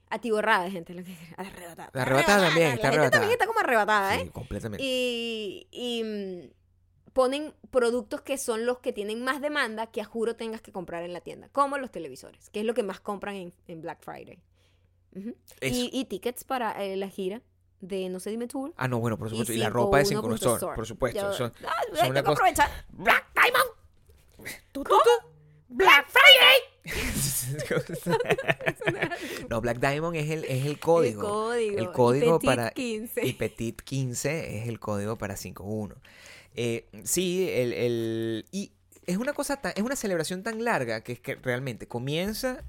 atiborrada de gente, lo que- arrebatada.
La arrebatada también,
la
está
gente también
arrebatada.
está como arrebatada,
Sí,
¿eh?
completamente.
Y, y, mm, ponen productos que son los que tienen más demanda que a juro tengas que comprar en la tienda, como los televisores, que es lo que más compran en, en Black Friday. Ujú.
Eso.
Y, y tickets para eh, la gira de No sé dime tour.
Ah, no, bueno, por
y
supuesto. Y, la ropa de
51
Cinco
punto
Store,
store.
por supuesto.
Yo-
Son-
Ah, hay
una
que
cosa-
aprovechar.
Black Diamond.
¿Tú, black Friday!
no, Black Diamond es el, es el código.
El código.
El código
Y Petit
para.
15.
Y Petit 15 es el código para 51. Eh, sí, el, el- Y es una cosa tan, es una celebración tan larga que es que realmente comienza.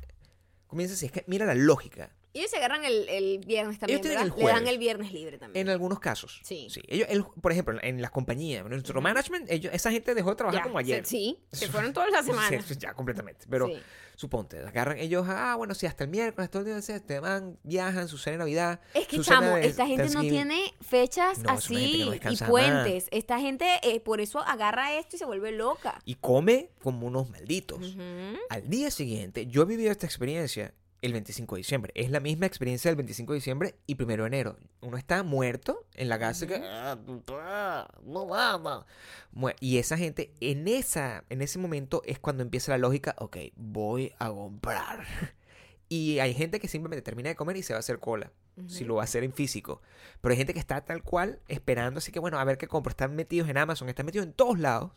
Comienza así. Es que mira la lógica.
Y ellos se agarran el, el viernes también.
Ellos
¿verdad?
tienen el
Le dan
jueves.
el viernes libre también.
En algunos casos.
Mm. Sí.
Ellos, el- por ejemplo, en las compañías, nuestro management, ellos, esa gente dejó de trabajar
Ya,
como ayer.
se- sí, se fueron todas las semanas.
Sí, ya, completamente. Pero
Sí.
suponte, agarran ellos, ah, bueno, sí, hasta el miércoles, todo el día, sí, te van, viajan, su cena de Navidad.
Es que,
su cena
chamo,
de
esta gente no
Thanksgiving.
tiene fechas
No, es una gente que
así
no
y
descansa
puentes. Esta gente eh, por eso agarra esto y se vuelve loca.
Y come como unos malditos.
Ujú.
Al día siguiente, yo he vivido esta experiencia el 25 de diciembre. Es la misma experiencia del 25 de diciembre y 1 de enero. Uno está muerto en la casa que... "Ah, papá, no vamos". Mue- Y esa gente, en, esa, en ese momento es cuando empieza la lógica, ok, voy a comprar. Y hay gente que simplemente termina de comer y se va a hacer cola. Si lo va a hacer en físico. Pero hay gente que está tal cual esperando, así que bueno, a ver qué compro. Están metidos en Amazon, están metidos en todos lados,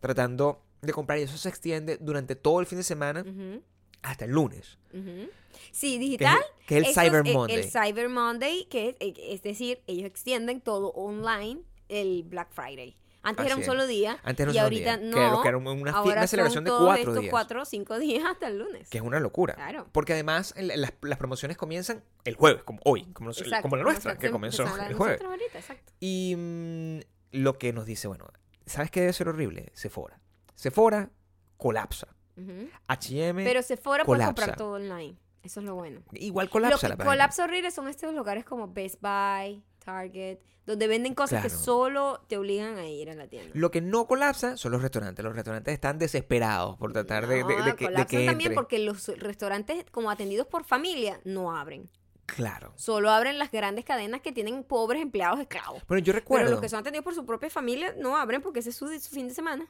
tratando de comprar. Y eso se extiende durante todo el fin de semana
Ujú,
hasta el lunes.
ujú. Sí,
Que es,
digital.
que es el
Eso es,
Cyber
eh,
Monday.
El Cyber Monday, que es, eh, es decir, ellos extienden todo online el Black Friday. Antes era un
Así es.
solo día.
Antes era un
y
solo
ahorita
día,
no.
que era lo que era una fie- una
ahora
celebración de
son todos
cuatro
estos
días.
cuatro o cinco días hasta el lunes.
que es una locura.
Claro.
Porque además el- las, las promociones comienzan el jueves, como hoy, como, nos-
Exacto,
pues, como la
como
nuestra,
está-
que comenzó
empezó la de
el jueves.
nosotros ahorita, exacto.
Y mm, lo que nos dice, bueno, ¿sabes qué debe ser horrible? Sephora. Sephora colapsa.
Ujú.
H&M
Pero Sephora puede
colapsa.
comprar todo online. Eso es lo bueno.
igual colapsa
lo
la
que
página.
colapsa horrible son estos lugares como Best Buy, Target, donde venden cosas que
Claro.
solo te obligan a ir a la tienda.
Lo que no colapsa son los restaurantes. Los restaurantes están desesperados por tratar de, de- de
No,
que, de
colapsan
que
también
entre.
porque los restaurantes como atendidos por familia no abren.
Claro.
Solo abren las grandes cadenas que tienen pobres empleados esclavos.
Bueno, yo
Pero
recuerdo,
los que son atendidos por su propia familia no abren porque ese es su, su fin de semana.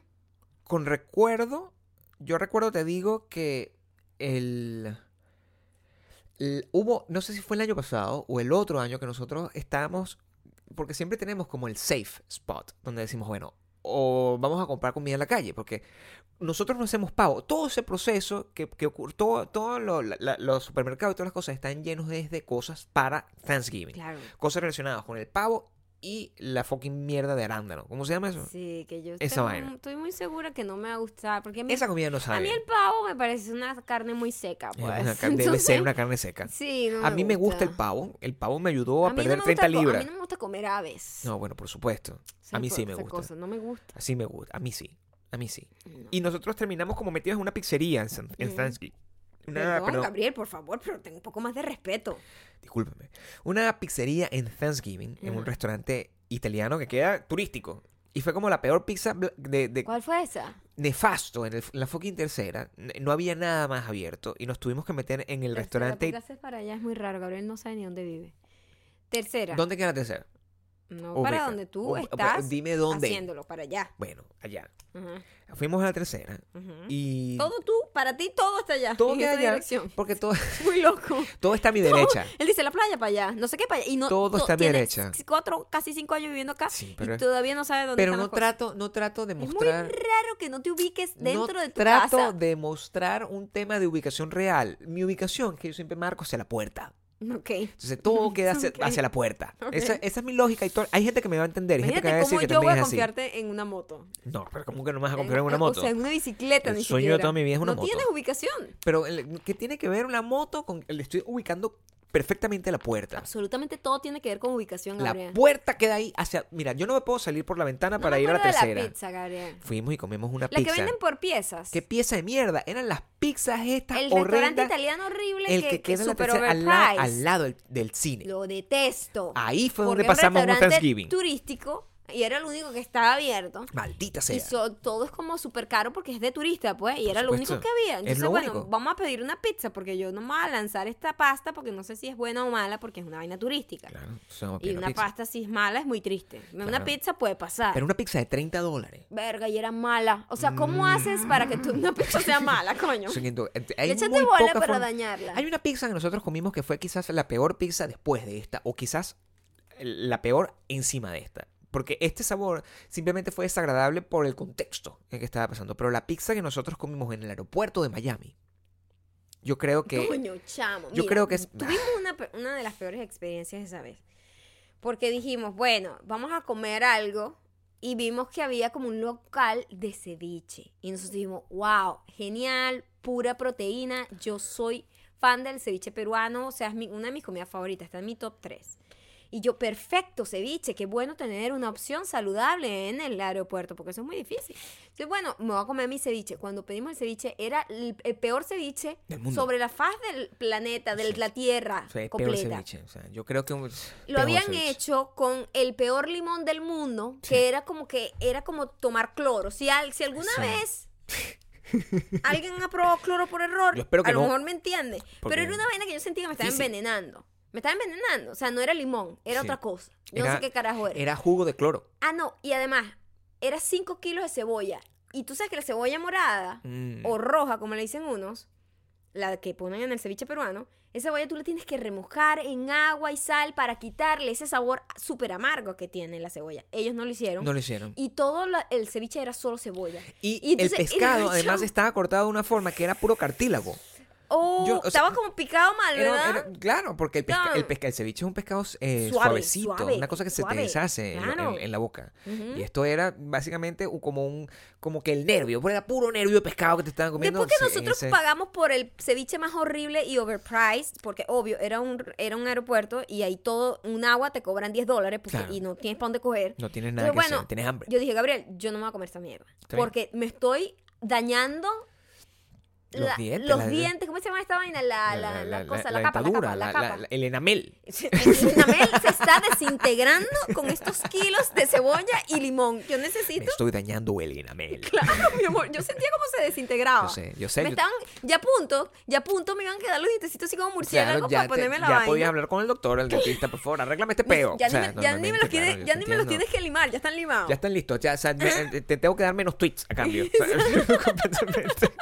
con recuerdo, yo recuerdo, te digo que el, el- hubo, no sé si fue el año pasado o el otro año que nosotros estábamos, porque siempre tenemos como el safe spot, donde decimos, bueno, o vamos a comprar comida en la calle, porque nosotros no hacemos pago. Todo ese proceso que, que ocurre, todos los supermercados y todas las cosas están llenos desde cosas para Thanksgiving.
Claro.
cosas relacionadas con el pavo y la fucking mierda de arándano. ¿Cómo se llama eso?
Sí, que yo
Esa
tengo-
vaina.
estoy muy segura que no me va a gustar. Porque a mí,
Esa comida no
a
sabe.
mí el pavo me parece una carne muy seca.
bien.
Pues.
Es una car- debe
Entonces,
ser una carne seca.
Sí, no
a mí me gusta el pavo. El pavo me ayudó a,
mí no
perder
me gusta
30
el co- A
libras.
mí no me gusta comer aves.
No, bueno, por supuesto. A mí sí me
Esa
gusta.
cosa, no me gusta.
Así me gusta. A mí sí. A mí sí.
No.
Y nosotros terminamos como metidos en una pizzería en, San- en
Mm.
Thanksgiving. Una,
Perdón,
perdón,
Gabriel, por favor, pero tengo un poco más de respeto.
discúlpame. Una pizzería en Thanksgiving, en un
Ajá.
restaurante italiano que queda turístico. Y fue como la peor pizza bla- de, de,
¿Cuál fue esa?
nefasto en, el- en la fucking tercera, n- no había nada más abierto y nos tuvimos que meter en el restaurante.
Tercera, porque haces para allá es muy raro. Gabriel no sabe ni dónde vive. Tercera.
¿Dónde queda la tercera?
No,
Ubica.
para donde tú
Ub-
estás
Dime dónde.
haciéndolo, para allá.
Bueno, allá.
Ajá,
Fuimos a la tercera
ajá.
y
Todo tú, para ti todo está allá.
todo
en
queda
esa
allá
dirección.
porque todo,
Muy loco.
todo está a mi derecha.
Él dice la playa para allá, no sé qué para allá. Y no,
Todo
to-
está a mi
tiene
derecha.
Cuatro, casi cinco años viviendo acá
Sí,
y
pero-
todavía no sabe dónde
Pero
están
no
las cosas.
trato, no trato de
Es muy
mostrar.
raro que no te ubiques dentro
no
de tu
trato
casa.
de mostrar un tema de ubicación real. Mi ubicación, que yo siempre marco hacia la puerta.
Ok.
Entonces todo queda hacia,
Ok.
hacia la puerta.
Ok.
Esa, esa es mi lógica. Y to- hay gente que me va a entender. Hay gente que me va
Imagínate
a decir
cómo
que
yo voy
también
a
es así.
confiarte en una moto.
No, pero ¿cómo que no me vas a comprar una
o
moto?
sea, en una bicicleta
El
ni
sueño de
siquiera.
toda mi vida es una
No
moto.
tienes ubicación.
Pero el- ¿qué tiene que ver una moto con le estoy ubicando perfectamente la puerta?
Absolutamente todo tiene que ver con ubicación,
La
Gabriel.
puerta queda ahí hacia, mira, yo no me puedo salir por la ventana
No
para
me
ir a la
acuerdo de
tercera.
la pizza, Gabriel.
Fuimos y comimos una
La que
pizza.
venden por piezas.
Qué pieza de mierda, eran las pizzas estas
el restaurante
horrendas.
italiano horrible
El que, queda en la
super
tercera al, la-
overpriced.
al lado del, del cine.
Lo detesto.
Ahí fue donde
Porque
pasamos
un
un
restaurante
Thanksgiving.
turístico y era lo único que estaba abierto.
Maldita
Y
sea.
so- todo es como súper caro porque es de turista, pues, y
Por
era lo único
supuesto.
que había.
Es
Entonces,
lo
bueno,
único.
vamos a pedir una pizza porque yo no me voy a lanzar esta pasta porque no sé si es buena o mala porque es una vaina turística.
Claro, entonces vamos
y
a pedir
una
pizza.
pasta si es mala es muy triste.
Claro.
Una pizza puede pasar.
Pero una pizza de 30 dólares.
Verga, y era mala. O sea, ¿cómo haces para que tu- una pizza sea mala, coño?
O sea, que ento- ent- Mm. hay
échate
muy
bola
poca
para
forma-
dañarla.
Hay una pizza que nosotros comimos que fue quizás la peor pizza después de esta, o quizás la peor encima de esta. Porque este sabor simplemente fue desagradable por el contexto en que estaba pasando. Pero la pizza que nosotros comimos en el aeropuerto de Miami, yo creo que.
Coño, chamo.
Yo
Mira, mm,
creo que es-
Tuvimos una, pe- una de las peores experiencias esa vez. Porque dijimos, bueno, vamos a comer algo. Y vimos que había como un local de ceviche. Y nosotros dijimos, wow, genial, pura proteína. Yo soy fan del ceviche peruano, o sea, es mi- una de mis comidas favoritas, está en mi top 3. Y yo, perfecto, ceviche, qué bueno tener una opción saludable en el aeropuerto, porque eso es muy difícil. Entonces, bueno, me voy a comer mi ceviche. Cuando pedimos el ceviche, era el, el peor ceviche
Del mundo.
sobre la faz del planeta, de la Tierra
O sea, es peor
completa.
ceviche. O sea, yo creo que. un-
Lo
peor
habían
ceviche.
hecho con el peor limón del mundo, que era como que era como tomar cloro. Si, al, si alguna
Sí.
vez alguien ha probado cloro por error,
Yo espero que
a lo
no.
mejor me entiende.
Porque-
Pero era una vaina que yo sentía que me estaba
Difícil.
envenenando. Me estaba envenenando. O sea, no era limón, era
Sí.
otra cosa. Yo no
Era-
sé qué carajo era.
Era jugo de cloro.
Ah, no, y además, era 5 kilos de cebolla. Y tú sabes que la cebolla morada
Mm.
o roja, como le dicen unos, la que ponen en el ceviche peruano, esa cebolla tú la tienes que remojar en agua y sal para quitarle ese sabor súper amargo que tiene la cebolla. Ellos no lo hicieron.
No lo hicieron.
Y todo la- el ceviche era solo cebolla.
Y,
y entonces-
el pescado,
y-
además, estaba cortado de una forma que era puro cartílago.
Oh,
Yo, o sea,
estaba como picado mal,
Era-
¿verdad?
era- claro, porque el, pesca-
No.
el, pesca- el ceviche es un pescado eh,
Suave,
suavecito,
suave,
una cosa que se
suave,
te deshace en-
claro.
en, en la boca.
Ujú.
Y esto era básicamente u- como un como que el nervio, pues era puro nervio de pescado que te estaban comiendo.
Después que
en
nosotros
ese-
pagamos por el ceviche más horrible y overpriced, porque obvio, era un, era un aeropuerto y ahí todo, un agua te cobran 10 dólares porque-
Claro.
y no tienes para dónde coger.
No tienes nada
Pero
que
bueno,
hacer, tienes hambre.
Yo dije, Gabriel, yo no me voy a comer esta mierda.
Está bien.
Porque me estoy dañando
Los dientes,
los
la-
dientes. ¿Cómo se llama esta vaina? La, la, la, cosa, la, capa,
dentadura,
la
la-
capa, la
la-
capa.
la- el enamel.
Namel se está desintegrando con estos kilos de cebolla y limón. Yo
Me
necesito.
estoy dañando el enamel.
Claro, mi amor, yo sentía como se desintegraba.
Yo sé, yo sé,
Me
yo-
estaban, ya a punto, ya a punto me iban a quedar los dientecitos así como murciélagos
Claro, ya,
para ponerme
te-
la
ya
vaina.
podías hablar con el doctor, el dentista, por favor, arréglame este peo.
Ya,
O sea,
ni, me- ya ni me los,
normalmente,
tiene-
claro, yo
ya
te
ni me los
entiendo.
tienes que limar, ya están limados.
Ya están listos. Ya, o sea, me- eh, te tengo que dar menos tweets a cambio. O sea, completamente.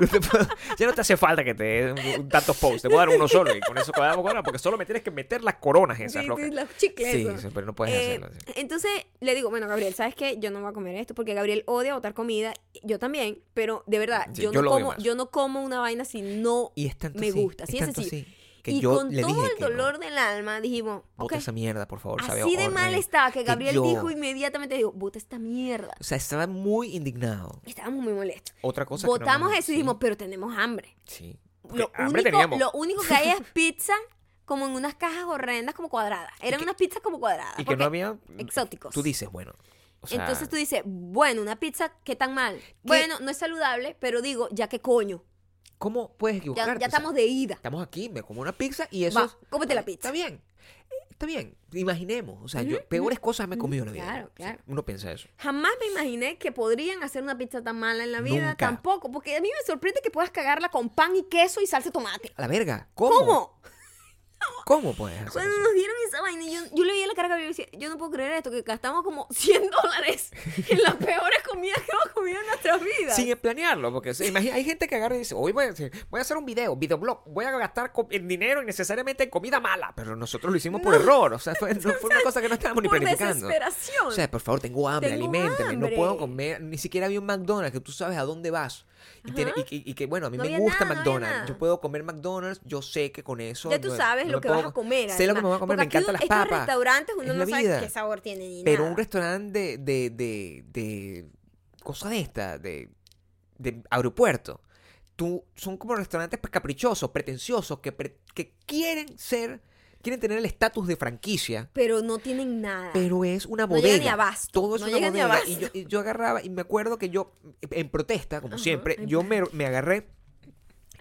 No te puedo- ya no te hace falta que te dé un- tantos posts. Te puedo dar uno solo y con eso cuadramos cuadramos, porque solo me tienes que meter las coronas esas
Sí,
locas.
sí, los chicles.
Sí,
eso.
sí, pero no puedes
Eh,
hacerlo así.
Entonces le digo, bueno, Gabriel, ¿sabes qué? Yo no voy a comer esto porque Gabriel odia botar comida. Yo también, pero de verdad,
Sí,
yo,
yo
no
lo odio
como,
más.
yo no como una vaina si no
Y es tanto
me
así,
gusta. Así
es
es
tanto
así.
así que
y
yo
con
le
todo
dije
el
que no.
dolor del alma dijimos, ok.
Bota esa mierda, por favor. sabe
Así de mal
horrible.
estaba que Gabriel
yo-
dijo inmediatamente, digo, bota esta mierda.
O sea, estaba muy indignado.
Estábamos muy molestos.
Otra cosa que no
Botamos
me-
eso y dijimos, pero tenemos hambre.
Sí. sí.
Lo único,
Hambre teníamos.
lo único que hay es pizza como en unas cajas horrendas como cuadradas. Eran unas pizzas como cuadradas.
y que
porque
no había.
exóticos.
Tú dices, bueno. o sea,
Entonces tú dices, bueno, una pizza, ¿qué tan mal? Bueno, no es saludable, pero digo, ya que coño.
¿Cómo puedes
Ya,
equivocarte?
ya
O sea,
estamos de ida.
Estamos aquí, me como una pizza y eso.
Va,
es-
cómete la pizza.
Está bien. eh, Está bien. Imaginemos. O sea, yo peores cosas me he comido en la vida.
Claro,
Sí,
claro.
uno piensa eso.
Jamás me imaginé que podrían hacer una pizza tan mala en la vida.
Nunca.
Tampoco, porque a mí me sorprende que puedas cagarla con pan y queso y salsa de tomate.
A la verga.
¿Cómo?
¿Cómo? ¿Cómo puedes hacer
Cuando
eso?
nos dieron esa vaina, y yo, yo le veía la cara a Gabriel y decía, yo no puedo creer esto, que gastamos como 100 dólares en las peores comidas que hemos comido en nuestras vidas.
Sin planearlo, porque se- imagina, hay gente que agarra y dice, hoy voy a, hacer- voy a hacer un video, videoblog, voy a gastar co- el dinero innecesariamente en comida mala, pero nosotros lo hicimos por error, o sea, fue, no fue una cosa que no estábamos ni
Por
planificando.
desesperación.
O sea, por favor, tengo hambre,
Tengo
aliméntame,
hambre.
no puedo comer, ni siquiera había un McDonald's, que tú sabes a dónde vas. Y, tiene- y que- y que, bueno, a mí
No
me
había
gusta
nada, no había
McDonald's,
nada.
yo puedo comer McDonald's, yo sé que con eso...
Ya tú
no-
sabes
no
lo
me
que
puedo-
vas a comer.
Sé lo que me
además,
voy a comer, me
porque aquí
encantan las
uno- estos
papas.
restaurantes uno
es
no
la
sabe
vida.
qué sabor tiene ni
Pero
nada.
un restaurante de, de, de, de cosa de esta, de, de aeropuerto, tú, son como restaurantes pues, caprichosos, pretenciosos, que, pre- que quieren ser, quieren tener el estatus de franquicia,
Pero no tienen nada.
pero es una
Ah. No llega
bodega.
ni abasto,
Todo es
no
una
llega ni
bodega. Y yo,
abasto.
y yo agarraba, y me acuerdo que yo, en protesta, como siempre, yo me, me agarré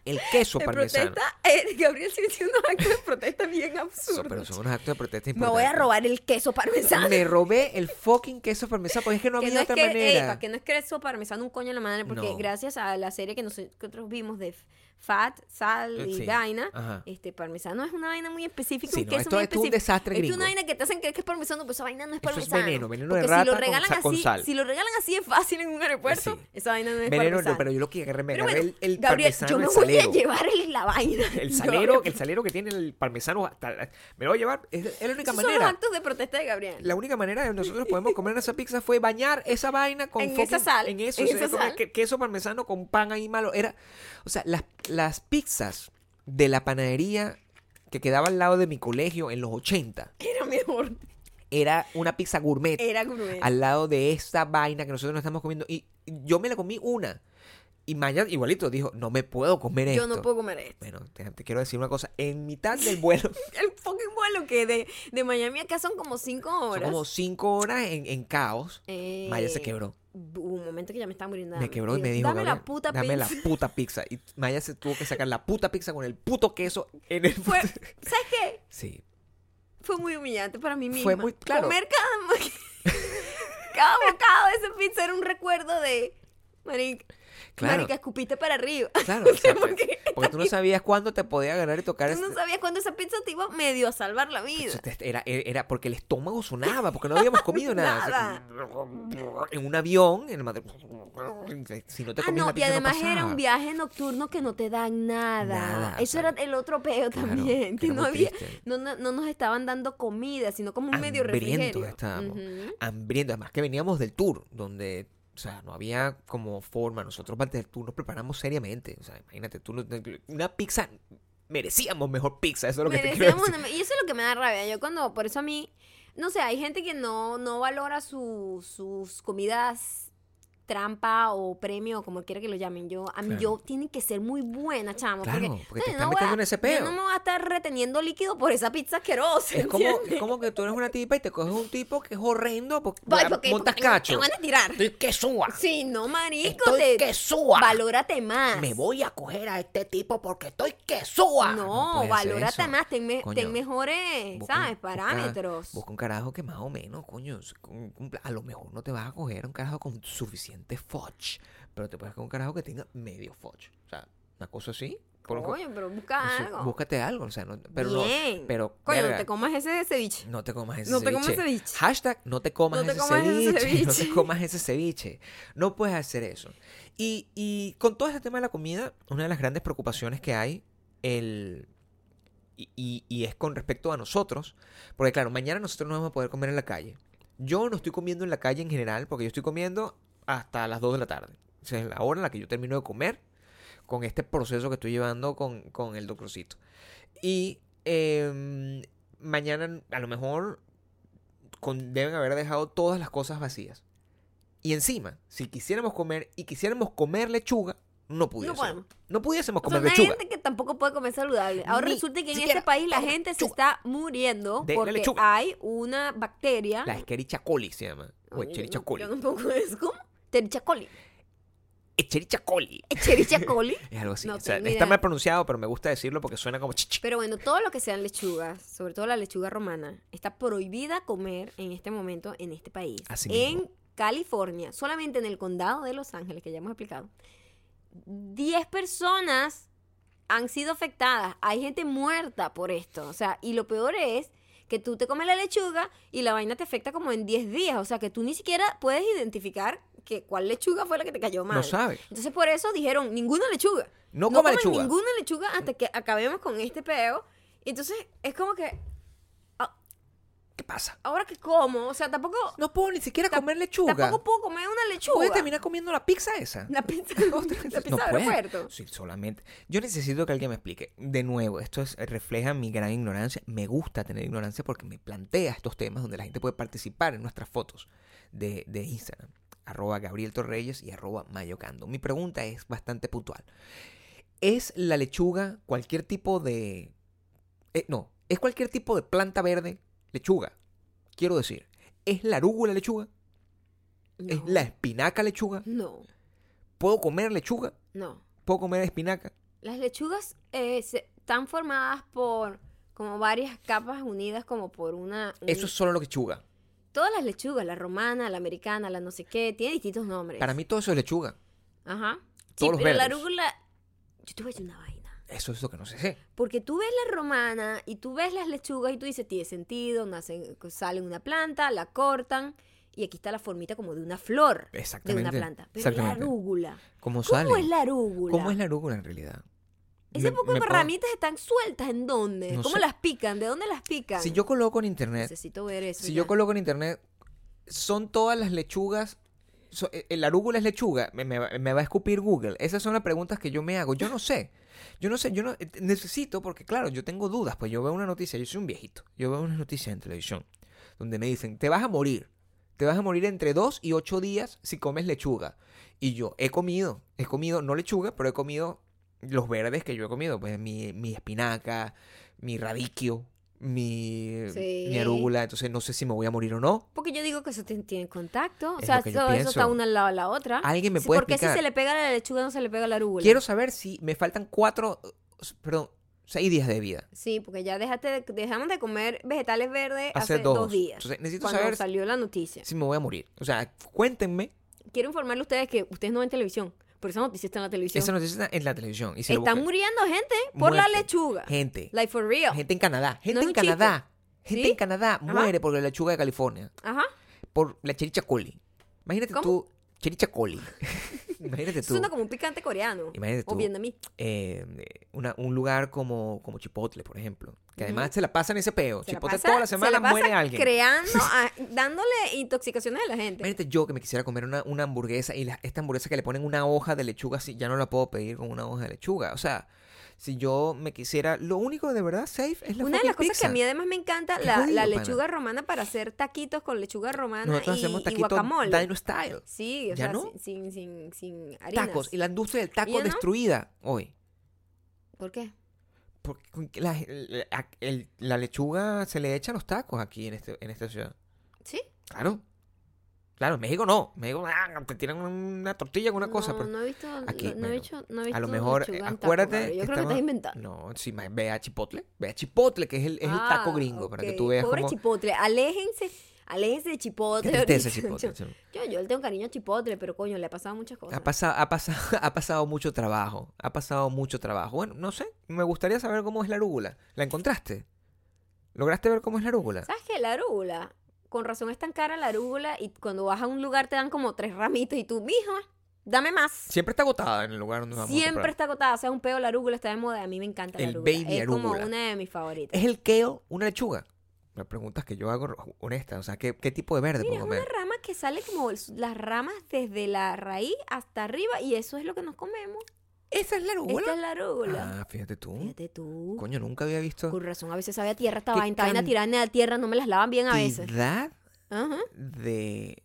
el queso
En
parmesano.
protesta, eh, Gabriel sigue haciendo unos actos de protesta bien
So-
absurdos.
pero son unos actos de protesta
Me voy a
importantes.
robar el queso parmesano.
Me robé el fucking queso parmesano porque es que no
que
había
no es
otra
que, ey,
manera.
pa' que no es queso parmesano un coño en la madre, porque
No.
gracias a la serie que nosotros vimos de Fat, Sal y
Eh, Sí,
Daina,
ajá.
este parmesano es una vaina muy específica,
Sí,
un
no,
queso
esto-
muy
esto es un
específico.
desastre
Esto es una
gringo.
vaina que te hacen creer que es parmesano, pero esa vaina no es
Eso es
parmesano.
veneno, veneno de
Porque
rata
si lo
con
regalan
sa- con
así,
sal.
si lo regalan así de fácil en un aeropuerto,
Sí.
esa vaina no es
Veneno,
parmesano.
no, pero yo lo que agarré, me
Pero
agarré
bueno,
el, el
Gabriel,
parmesano,
yo me
el
voy
salero.
a llevar el- la vaina.
El
Yo-
salero, el salero que tiene el parmesano, hasta la- me lo voy a llevar. Es, es la única
Esos son los
manera.
actos de protesta de Gabriel.
La única manera de nosotros podemos comer esa pizza fue bañar esa vaina con
En esa sal,
en eso,
en
o sea,
esa
como
sal.
que- queso parmesano con pan ahí malo. Era, o sea, las, las pizzas de la panadería que quedaba al lado de mi colegio en los 80
Era mejor.
era una pizza gourmet.
Era gourmet.
al lado de esta vaina que nosotros nos estamos comiendo. Y yo me la comí una. Y Maya igualito dijo, no me puedo comer esto.
Yo no puedo comer esto.
Bueno, te, te quiero decir una cosa. En mitad del vuelo,
El fucking vuelo que de, de Miami acá son como cinco
son
horas.
como cinco horas en, en caos.
Eh,
Maya se quebró.
Hubo un momento que ya me estaba muriendo. de
Me
hambre.
quebró y me dijo,
Dame la
"Gabriel,
puta
dame
pizza.
la puta pizza. Y Maya se tuvo que sacar la puta pizza con el puto queso en el...
Fue, ¿Sabes qué?
Sí.
Fue muy humillante para mí misma.
Fue muy- claro.
Comer cada, mo- cada bocado de esa pizza era un recuerdo de... Marica,
Claro.
marica, escupiste para arriba.
Claro, o sea,
¿Por
pues,
qué?
porque tú no sabías cuándo te podía ganar y tocar
Tú no
este- Pues
sabías cuándo esa pizza te iba medio a salvar la
Eso
vida.
te- Era, e, era porque el estómago sonaba, porque no habíamos comido nada. O sea, en un avión, en Madrid. Si no te
Ah,
comías
no,
la
y
pizza, no
además era
pasaba.
un viaje nocturno que no te dan nada.
Nada,
Eso
claro.
era el otro peo
Claro,
también. Que
que era
no,
muy
había,
triste.
no, no- no nos estaban dando comida, sino como un medio
hambrientos
refrigerio.
estábamos.
Ujú.
Hambrientos. Además que veníamos del tour, donde, o sea, no había como forma. Nosotros antes del tour nos preparamos seriamente. O sea, imagínate, tú, no- una pizza, merecíamos mejor pizza. Eso es lo que te quiero
Merecíamos
decir.
una- y eso es lo que me da rabia. Yo cuando, por eso a mí, no sé, hay gente que no, no valora su- sus comidas trampa o premio, como quiera que lo llamen. Yo, a mí,
Claro.
yo tienen que ser muy buena, chamo.
Claro,
porque,
porque
no,
te están
no voy
metiendo
a-
en ese
Yo
peo.
no me voy a estar reteniendo líquido por esa pizza asquerosa.
Es como,
¿entiendes?
es como que tú eres una tipa y te coges un tipo que es horrendo porque,
Voy, porque-
montas
porque
cacho.
Me van a tirar.
Estoy que suba.
Sí, no, marico.
Estoy
te-
que suba.
Valórate más.
Me voy a coger a este tipo porque estoy que suba.
No,
puedes hacer
valórate
eso.
más. Ten, me-
Coño,
ten mejores,
busca un-
¿sabes?
busca-
Parámetros.
Busca un carajo que más o menos, coño, s- un- un pla- a lo mejor no te vas a coger un carajo con suficiente fudge, pero te puedes coger un carajo que tenga medio fudge. O sea, una cosa así. por lo que-
Coño, pero busca
o sea,
algo.
Búscate algo, o sea, no, pero no-
Bien.
pero
Coño,
verga,
no te comas ese ceviche.
no te comas ese
No te
ceviche.
comas ceviche.
Hashtag no te comas,
No te
ese,
comas ese
ceviche. No te
ceviche.
comas ese ceviche. No puedes hacer eso. Y, y con todo este tema de la comida, una de las grandes preocupaciones que hay, el, y, y- y es con respecto a nosotros, porque claro, mañana nosotros no vamos a poder comer en la calle. Yo no estoy comiendo en la calle en general, porque yo estoy comiendo hasta las 2 de la tarde. O sea, es la hora en la que yo termino de comer con este proceso que estoy llevando con, con el doctorcito. Y em, mañana a lo mejor con- deben haber dejado todas las cosas vacías. Y encima, si quisiéramos comer y quisiéramos comer lechuga, no pudiésemos.
podemos.
No, pudiésemos
O sea,
comer
una
lechuga.
gente que tampoco puede comer saludable. Ahora
Ni
resulta que en
siquiera
este país la
come
gente se
lechuga.
está muriendo
De la
porque
lechuga.
hay una bacteria.
La Escherichia coli se llama. O
Oye,
Escherichia
yo no-
coli.
Yo tampoco es como. Tericha coli.
Escherichia coli.
Tericha coli.
Es algo así.
No
O sea,
tengo
está
idea.
mal pronunciado, pero me gusta decirlo porque suena como chichi.
Pero bueno, todo lo que sean lechugas, sobre todo la lechuga romana, está prohibida comer en este momento en este país.
Así
en
mismo.
California, solamente en el condado de Los Ángeles, que ya hemos explicado, 10 personas han sido afectadas. Hay gente muerta por esto. O sea, y lo peor es que tú te comes la lechuga y la vaina te afecta como en 10 días. O sea, que tú ni siquiera puedes identificar que cuál lechuga fue la que te cayó mal.
No sabes.
Entonces por eso dijeron, ninguna lechuga.
No coma
coman
lechuga.
Ninguna lechuga hasta que acabemos con este peo. Y Entonces es como que,
¿Qué pasa?
ahora que como, o sea, tampoco,
No puedo ni siquiera
Ta-
comer lechuga.
tampoco puedo comer una lechuga.
Puedes terminar comiendo la pizza esa.
La pizza, la pizza del
puedes.
aeropuerto.
Sí, solamente. Yo necesito que alguien me explique. De nuevo, esto es- refleja mi gran ignorancia. Me gusta tener ignorancia porque me plantea estos temas donde la gente puede participar en nuestras fotos de, de Instagram. Arroba Gabriel Torreyes y arroba Mayocando. Mi pregunta es bastante puntual. ¿Es la lechuga cualquier tipo de... eh, no, es cualquier tipo de planta verde lechuga? Quiero decir, ¿es la arúgula lechuga? ¿Es
No,
la espinaca lechuga?
no,
¿Puedo comer lechuga?
no.
¿Puedo comer espinaca?
Las lechugas eh, se- están formadas por como varias capas unidas como por una... un-
Eso es solo lo que lechuga.
Todas las lechugas, la romana, la americana, la no sé qué, tienen distintos nombres.
Para mí todo eso es lechuga.
Ajá. Sí,
todos los
pero la
verdes.
arúgula... Yo te voy a decir una vaina.
Eso es lo que no se sé.
Porque tú ves la romana y tú ves las lechugas y tú dices, tiene sentido, nacen, salen una planta, la cortan y aquí está la formita como de una flor. De
Exactamente.
una planta. Pero la
Exactamente.
arúgula.
¿Cómo sale?
¿Cómo es la arúgula?
¿Cómo es la arúgula en realidad?
Ese
Me-
poco de
me puedo-
ramitas están sueltas en dónde?
No
¿Cómo
sé.
las pican? ¿De dónde las pican?
Si yo coloco en internet,
Necesito ver eso.
si
ya.
yo coloco en internet, son todas las lechugas. so- eh, ¿El arúgula es lechuga? Me, me va- me va a escupir Google. Esas son las preguntas que yo me hago. Yo no sé. Yo no sé. Yo no eh, necesito, porque claro, yo tengo dudas. Pues yo veo una noticia. Yo soy un viejito. Yo veo una noticia en televisión donde me dicen, te vas a morir. Te vas a morir entre 2 y 8 días si comes lechuga. Y yo he comido, he comido, no lechuga, pero he comido los verdes que yo he comido. Pues mi, mi espinaca, mi radiquio, mi,
Sí.
mi arúgula. Entonces no sé si me voy a morir o no.
Porque yo digo que eso tiene, tiene contacto. O
Es
sea,
lo que yo
todo eso
pienso.
está una al lado de la otra.
Alguien me
Ah, Sí,
puede
Porque
explicar.
si se le pega la lechuga, no se le pega la arúgula.
Quiero saber si me faltan 4, perdón, 6 días de vida.
Sí, porque ya dejaste de- dejamos de comer vegetales verdes
Hace
Eh, hace,
dos.
dos. días.
Entonces, necesito
cuando
saber-
salió la noticia.
Si me voy a morir. O sea, cuéntenme.
Quiero informarle a ustedes que ustedes no ven televisión, pero esa noticia está en la televisión.
Esa noticia está en la televisión. Y se lo
Están
buscan.
muriendo gente por
Muerte.
la lechuga.
Gente.
Like for real.
Gente en Canadá. Gente
es
en
un
Canadá. Gente
¿Sí?
en Canadá muere por la lechuga de California.
Ajá.
Por la chericha coli. Imagínate
¿Cómo?
tú. Chericha coli. Imagínate tú.
Suena como un picante coreano.
Imagínate
O
tú.
vietnamí.
eh, una- un lugar como, como Chipotle, por ejemplo. Que además se la pasan ese peo.
Se
Chipotle
pasa-
toda la
se
semana
pasa
muere alguien.
Creando, a- dándole intoxicaciones a la gente.
Imagínate yo que me quisiera comer una, una hamburguesa y la- esta hamburguesa que le ponen una hoja de lechuga así, ya no la puedo pedir con una hoja de lechuga. O sea, si yo me quisiera, lo único de verdad safe es la
Una de
fucking
las cosas que
pizza.
a mí además me encanta,
Qué
la, la
jodido, pana.
lechuga romana para hacer taquitos con lechuga romana
Nosotros
y,
hacemos
y
taquito
guacamole.
dino style.
Sí, o
¿Ya
sea,
no?
sin, sin, sin, sin harinas.
Tacos. Y la industria del taco
¿Ya no?
destruida hoy.
¿Por qué?
Porque con que la, el- la- el- la lechuga se le echa a los tacos aquí en, este, en esta ciudad.
¿Sí?
Claro. Claro, en México no. En México ah, te tiran una tortilla con una cosa.
No,
pero-
no he visto,
aquí,
no, he
bueno,
hecho- no he visto
a lo mejor, eh,
lechuga en taco,
acuérdate.
Gabriel. Yo creo que
estamos-
estás inventando.
No, sí, ma- ve a Chipotle. Ve a Chipotle, que es el, es el taco
Ah,
gringo, para que
ok.
tú veas
Pobre
cómo.
Chipotle, aléjense, aléjense de Chipotle.
Qué tristeza
ahorita.
Chipotle. sí.
Yo, yo le tengo cariño a Chipotle, pero coño, le ha pasado muchas cosas.
Ha pasado, ha, pasado, ha pasado mucho trabajo. Ha pasado mucho trabajo. Bueno, no sé. Me gustaría saber cómo es la arúgula. ¿La encontraste? ¿Lograste ver cómo es la arúgula?
¿Sabes qué? La arúgula, con razón es tan cara la arúgula y cuando vas a un lugar te dan como tres ramitos y tú, mijo, dame más.
Siempre está agotada en el lugar donde vamos a
Siempre
comprar.
está agotada, o sea, un peo la arúgula, está de moda, a mí me encanta la
El
arúgula.
baby
es
arúgula.
como una de mis favoritas.
¿Es el kale una lechuga? Las preguntas que yo hago honesta. O sea, ¿qué, qué tipo de verde
Mira, es
puedo
una
comer?
rama que sale como el- las ramas desde la raíz hasta arriba y eso es lo que nos comemos.
¿Esa es la
Esta
arúgula?
es la arúgula.
Ah, fíjate tú.
Fíjate tú.
Coño, nunca había visto.
Con razón, a veces sabe a tierra esta
Qué
vaina, esta vaina
can-
tirada en la tierra, no me las lavan bien a veces.
cantidad
Ajá.
de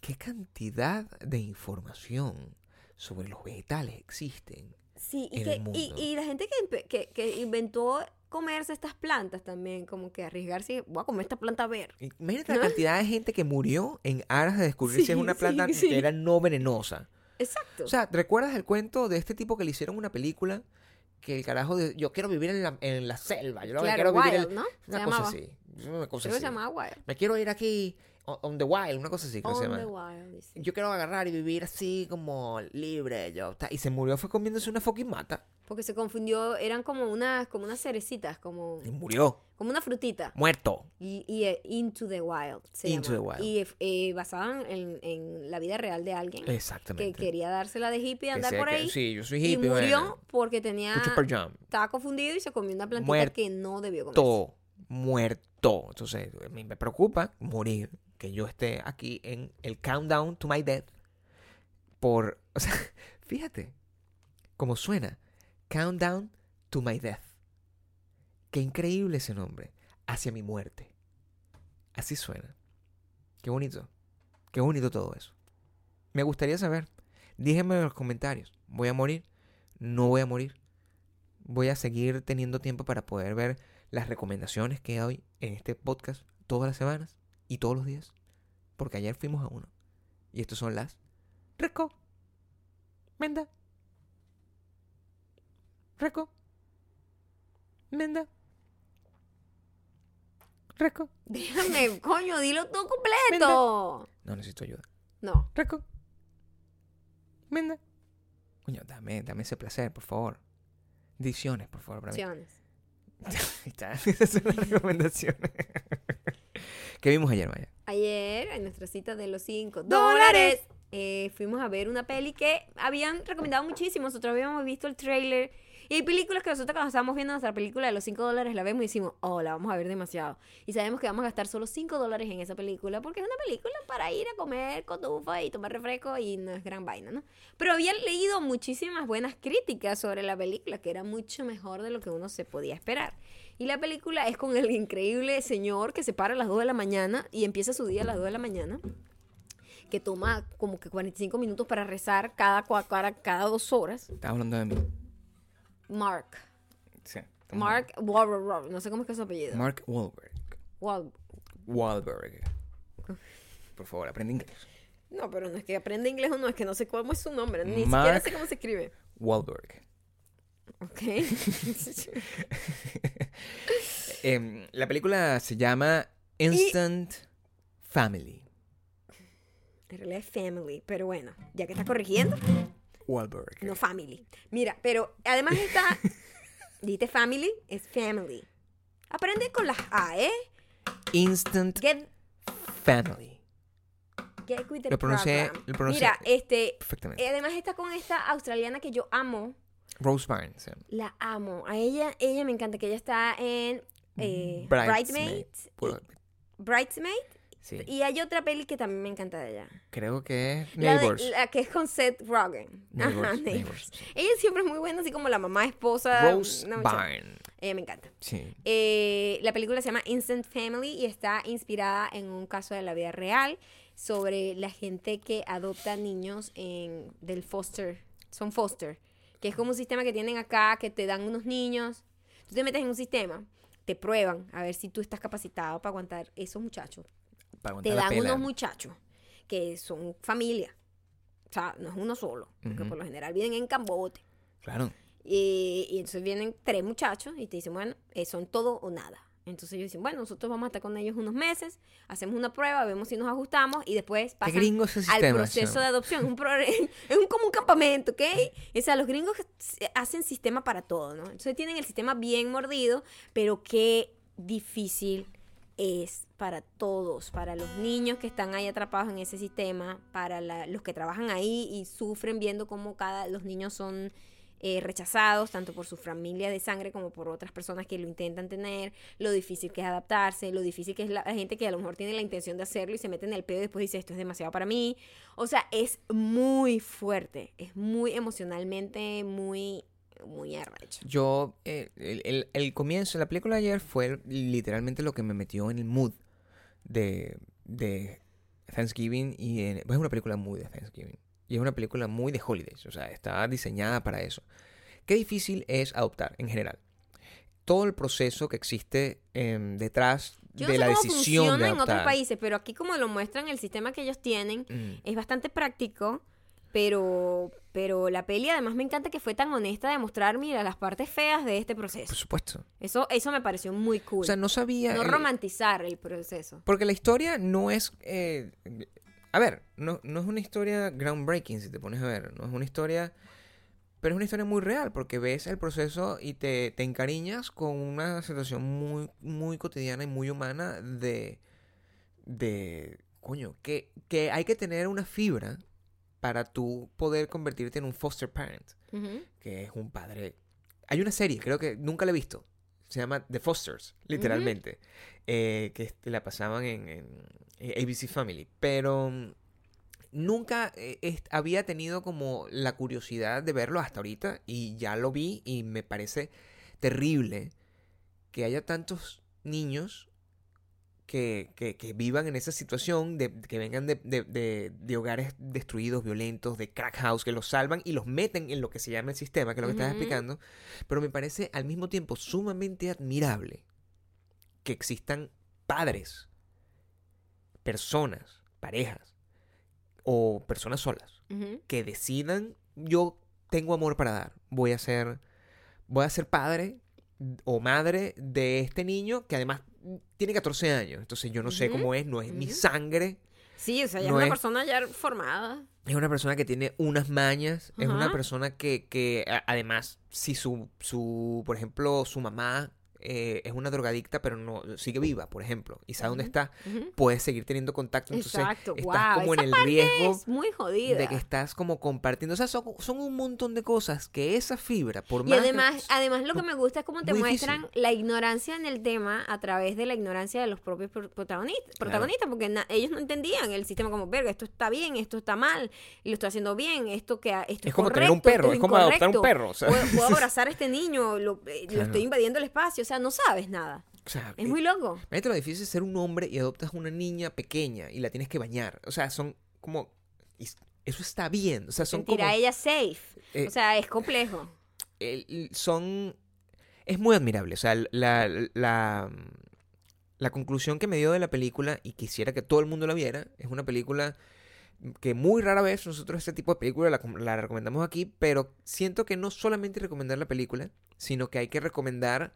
qué cantidad de información sobre los vegetales existen.
Sí, y,
el
que, y,
mundo.
y la gente que, empe- que, que inventó comerse estas plantas también, como que arriesgarse, voy a comer esta planta verde.
Imagínate la
¿No?
cantidad de gente que murió en aras de descubrir si es
Sí,
una
sí,
planta
sí.
que era no venenosa.
Exacto.
O sea, ¿te ¿recuerdas el cuento de este tipo que le hicieron una película? Que el carajo de yo quiero vivir en la, en la selva, yo no me
claro,
quiero vivir
wild,
en
¿no? Se
una cosa
llamaba.
así, una cosa
Creo que se
así.
llamaba Wild.
Me quiero ir aquí on, on the wild, una cosa así, creo
On
que se
the
llama.
Wild, dice.
Yo quiero agarrar y vivir así como libre, yo. ta- Y se murió fue comiéndose una fucking mata
Porque se confundió, eran como unas, como unas cerecitas, como,
y murió.
como una frutita.
muerto.
Y, y, eh, Into the Wild. se
Into
llama.
the Wild.
Y eh, eh, basaban en, en la vida real de alguien que
Exactamente.
quería dársela de hippie, andar
sea
por
que-
ahí.
sí, yo soy
y
hippie.
murió
bueno.
porque tenía.
Mucho per jam.
Estaba confundido y se comió una plantita
Muerto.
que no debió comer.
Todo muerto. Entonces, a mí me preocupa morir. Que yo esté aquí en el countdown to my death. Por. O sea, fíjate cómo suena. Countdown to my death. Qué increíble ese nombre. Hacia mi muerte. Así suena. Qué bonito. Qué bonito todo eso. Me gustaría saber. Díganme en los comentarios. ¿Voy a morir? ¿No voy a morir? Voy a seguir teniendo tiempo para poder ver las recomendaciones que doy en este podcast todas las semanas y todos los días. Porque ayer fuimos a uno. Y estos son las Reco. Menda. Reco. Menda. Reco.
Déjame, coño, dilo todo completo.
No necesito ayuda.
No.
Reco. Menda. Coño, dame, dame ese placer, por favor. Dicciones, por favor, para mí.
opciones.
Ahí está. Esas son las recomendaciones. ¿Qué vimos ayer, Maya?
Ayer, en nuestra cita de los 5
¡Dólares!
dólares, eh, fuimos a ver una peli que habían recomendado muchísimo. Nosotros habíamos visto el trailer Y hay películas que nosotros cuando estamos viendo nuestra película de los 5 dólares la vemos y decimos, oh, la vamos a ver demasiado. Y sabemos que vamos a gastar solo 5 dólares en esa película porque es una película para ir a comer cotufa y tomar refresco y no es gran vaina, ¿no? Pero había leído muchísimas buenas críticas sobre la película, que era mucho mejor de lo que uno se podía esperar. Y la película es con el increíble señor que se para a las 2 de la mañana y empieza su día a las 2 de la mañana que toma como que 45 minutos para rezar cada, cua- cada, cada dos horas.
Estás hablando de mí.
Mark.
Sí. estamos-
Mark Wahlberg. No sé cómo es que es su apellido.
Mark Wahlberg.
Wahl-
Wahlberg. Por favor, aprende inglés.
No, pero no es que aprende inglés o no, es que no sé cómo es su nombre. Ni siquiera
Mark.
sé cómo se escribe.
Wahlberg.
Ok.
Em, la película se llama Instant Family.
en realidad es family, pero bueno, ya que estás corrigiendo,
Wahlberg.
no family. Mira, pero además está. Dite family, es family. Aprende con las A, ¿eh?
Instant
Get,
Family.
get with the
Lo pronuncié-
program.
lo pronuncié-
Mira, este.
Perfectamente.
Además está con esta australiana que yo amo.
Rose em, Byrne. se llama.
La amo. A ella, ella me encanta que ella está en eh,
Bridesmaid.
Bridesmaid.
Puro-
Bridesmaid.
Sí.
Y hay otra peli que también me encanta de ella.
Creo que es
La, de-
Neighbors.
la que es con Seth Rogen.
Neighbors,
Ajá,
Neighbors.
Neighbors. Ella siempre es muy buena, así como la mamá esposa.
Rose
una muchacha.
Byrne.
Ella me encanta.
Sí.
Eh, la película se llama Instant Family y está inspirada en un caso de la vida real sobre la gente que adopta niños en, del foster. Son foster, que es como un sistema que tienen acá, que te dan unos niños. Tú te metes en un sistema, te prueban a ver si tú estás capacitado para aguantar esos muchachos.
Para aguantar
Te
la
dan
pela.
unos muchachos que son familia. O sea, no es uno solo, porque por lo general vienen en cambote.
Claro.
Y, y entonces vienen tres muchachos y te dicen, bueno, eh, son todo o nada. Entonces ellos dicen, bueno, nosotros vamos a estar con ellos unos meses, hacemos una prueba, vemos si nos ajustamos y después pasan
gringo ese
al
sistema,
proceso
chamo.
de adopción. Un pro- es un- como un campamento, ¿ok? O sea, los gringos se- hacen sistema para todo, ¿no? Entonces tienen el sistema bien mordido, pero qué difícil es para todos, para los niños que están ahí atrapados en ese sistema, para la- los que trabajan ahí y sufren viendo cómo cada los niños son eh, rechazados tanto por su familia de sangre como por otras personas que lo intentan tener, lo difícil que es adaptarse, lo difícil que es la, la gente que a lo mejor tiene la intención de hacerlo y se mete en el pedo y después dice esto es demasiado para mí. O sea, es muy fuerte, es muy emocionalmente muy muy arrecho.
Yo, eh, el, el- el comienzo de la película de ayer fue literalmente lo que me metió en el mood de, de Thanksgiving. y en- pues es una película muy de Thanksgiving. Y es una película muy de holidays. O sea, está diseñada para eso. Qué difícil es adoptar en general. Todo el proceso que existe em, detrás
Yo
de
no
la
sé cómo
decisión
funciona
de
en otros
adoptar.
países, pero aquí como lo muestran el sistema que ellos tienen
Mm.
es bastante práctico, pero pero la peli además me encanta que fue tan honesta de mostrar mira las partes feas de este proceso.
Por supuesto.
Eso eso me pareció muy cool.
O sea, no sabía. eh,
No
el-
romantizar el proceso.
Porque la historia no es. eh, a ver, no, no es una historia groundbreaking si te pones a ver. No es una historia. Pero es una historia muy real porque ves el proceso y te, te encariñas con una situación muy, muy cotidiana y muy humana de. de. coño, que, que hay que tener una fibra para tú poder convertirte en un foster parent,
Ujú.
que es un padre. Hay una serie, creo que nunca la he visto. Se llama The Fosters, literalmente. eh, que este, la pasaban en, en, eh, ABC Family. Pero mm, nunca eh, est- había tenido como la curiosidad de verlo hasta ahorita. Y ya lo vi y me parece terrible que haya tantos niños que, que- que vivan en esa situación, de, que vengan de, de- de- de hogares destruidos, violentos, de crack house, que los salvan y los meten en lo que se llama el sistema, que es lo que estás
Ujú.
explicando. Pero me parece al mismo tiempo sumamente admirable que existan padres, personas, parejas o personas solas
Ujú.
que decidan yo tengo amor para dar. Voy a ser voy a ser padre o madre de este niño que además tiene 14 años. Entonces yo no sé
Ujú,
cómo es, no es mi
ujú.
sangre.
Sí, o sea, ya
No
es una
es-
persona ya formada.
Es una persona que tiene unas mañas, es una
Ajá.
persona que, que, a- además, si su, su, por ejemplo, su mamá eh, es una drogadicta, pero no sigue viva, por ejemplo, y sabe dónde está, puedes seguir teniendo contacto. Entonces,
Exacto,
estás
wow.
como
esa
en el
parte
riesgo
es muy jodida.
de que estás como compartiendo. O sea, son, son un montón de cosas que esa fibra, por
Y
más. que-
además, además lo que me gusta es cómo te
Muy
muestran
difícil.
la ignorancia en el tema a través de la ignorancia de los propios pro- protagonistas, protagonistas porque na- ellos no entendían el sistema como, verga, esto está bien, esto está mal, y lo estoy haciendo bien, esto que ha- esto
Es como tener
correcto,
un perro,
esto
es como adoptar un
incorrecto,
perro, o sea.
Puedo, puedo abrazar a este niño, lo, eh, lo
Claro.
estoy invadiendo el espacio, o sea, no sabes nada.
o sea,
Es
eh,
muy loco.
imagínate lo difícil de ser un hombre y adoptas una niña pequeña y la tienes que bañar. O sea, son como. y Eso está bien. O sea, son
Sentir
como.
a ella safe.
eh,
o sea, es complejo.
el- son... Es muy admirable. O sea, la, la, la conclusión que me dio de la película, y quisiera que todo el mundo la viera, es una película que muy rara vez nosotros este tipo de película la, com- la recomendamos aquí, pero siento que no solamente recomendar la película, sino que hay que recomendar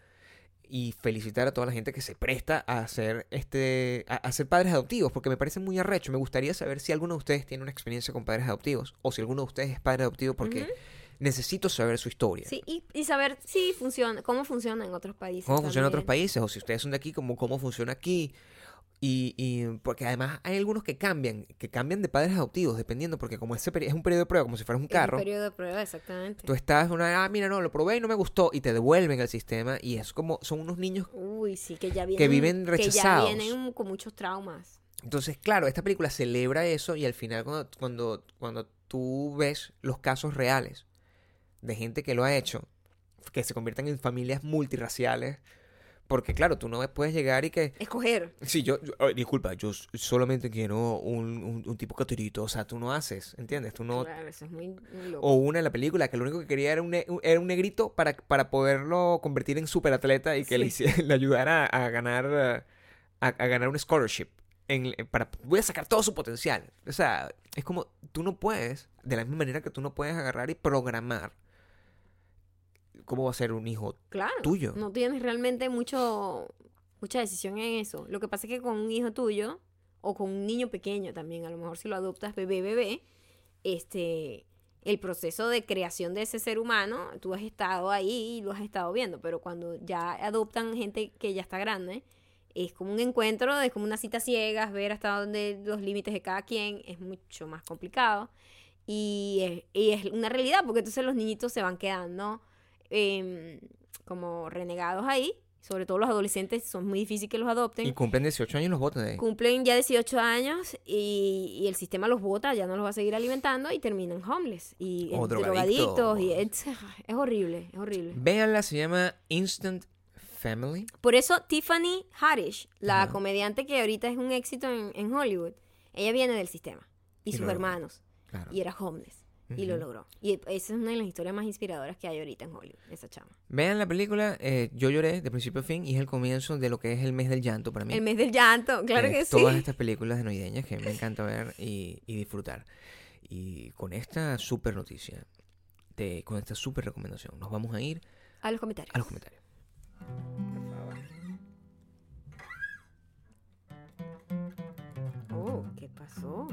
y felicitar a toda la gente que se presta a hacer este a, a ser padres adoptivos, porque me parece muy arrecho. Me gustaría saber si alguno de ustedes tiene una experiencia con padres adoptivos o si alguno de ustedes es padre adoptivo porque
Ujú.
necesito saber su historia.
Sí, y, y saber si funciona, cómo funciona en otros países.
¿Cómo funciona en otros
también.
países? O si ustedes son de aquí, ¿cómo, cómo funciona aquí? Y, y porque además hay algunos que cambian, que cambian de padres adoptivos, dependiendo, porque como ese peri- es un periodo de prueba, como si fueras un
Es un
carro,
periodo de prueba, exactamente.
tú estás una, ah, mira, no, lo probé y no me gustó, y te devuelven al sistema, y es como, son unos niños.
Uy, sí, que ya vienen.
viven rechazados.
Que ya vienen con muchos traumas.
Entonces, claro, esta película celebra eso, y al final, cuando, cuando, cuando tú ves los casos reales de gente que lo ha hecho, que se conviertan en familias multiraciales, porque claro, tú no puedes llegar y que,
Escoger.
Sí, yo, yo- ay, disculpa, yo s- solamente quiero un, un, un tipo catirito, o sea, tú no haces, ¿entiendes? Tú no...
Claro, eso es muy, muy loco.
O una en la película, que lo único que quería era un, ne- un- era un negrito para, para poderlo convertir en superatleta y que le,
Sí.
hicie- le ayudara a, a ganar eh, a, a ganar un scholarship. en- eh, para, voy a sacar todo su potencial. O sea, es como tú no puedes, de la misma manera que tú no puedes agarrar y programar cómo va a ser un hijo
claro.
tuyo.
No tienes realmente mucho, mucha decisión en eso. Lo que pasa es que con un hijo tuyo, o con un niño pequeño también, a lo mejor si lo adoptas bebé, bebé, este, el proceso de creación de ese ser humano, tú has estado ahí y lo has estado viendo, pero cuando ya adoptan gente que ya está grande, es como un encuentro, es como una cita ciegas, ver hasta dónde los límites de cada quien, es mucho más complicado. Y es, y es una realidad, porque entonces los niñitos se van quedando em, como renegados ahí, sobre todo los adolescentes, son muy difícil que los adopten
Y cumplen 18 años y los votan de ahí.
cumplen ya 18 años y, y el sistema los bota, ya no los va a seguir alimentando y terminan homeless y
O
en-
Oh, drogadictos.
drogadictos y es, es horrible, es horrible.
Véanla, se llama Instant Family.
Por eso Tiffany Haddish, la
Ajá.
comediante que ahorita es un éxito en, en Hollywood, ella viene del sistema y,
Y
sus
lo logró.
hermanos
Claro.
y era homeless y lo
Ujú.
logró. Y esa es una de las historias más inspiradoras que hay ahorita en Hollywood, esa chama.
Vean la película, eh, yo lloré de principio a fin y es el comienzo de lo que es el mes del llanto para mí.
El mes del llanto, claro
Eh,
que sí.
Todas estas películas navideñas que me encanta ver y, y disfrutar. Y con esta super noticia, de, con esta super recomendación, nos vamos a ir
A los comentarios.
a los comentarios.
Oh, ¿qué pasó?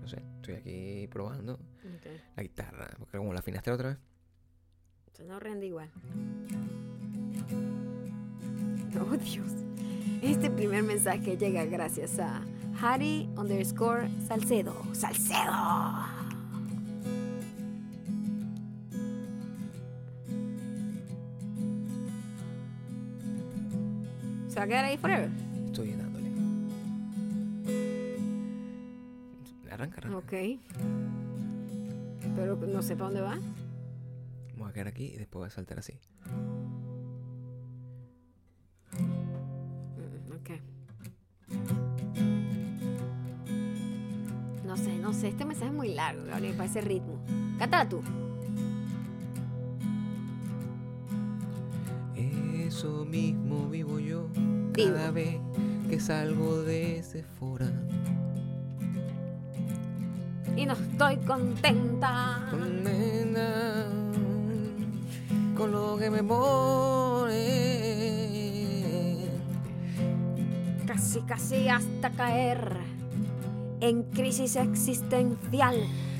No sé, estoy aquí probando
Ok.
la guitarra, porque como la afinaste la otra vez.
Pues no rende igual. Oh Dios. Este primer mensaje llega gracias a Harry underscore Salcedo. ¡Salcedo! ¿Se va a quedar ahí forever?
Estoy dándole. Arranca, arranca.
Ok. Pero pues, no sé para dónde va.
Voy a quedar aquí y después voy a saltar así.
Mm, Ok. No sé, no sé. Este mensaje es muy largo, Gabriel, para ese ritmo. Cántala tú.
Eso mismo vivo yo
Vivo.
cada vez que salgo de Sephora.
Y no estoy contenta.
Con nena, con lo que me pone.
Casi, casi hasta caer en crisis existencial.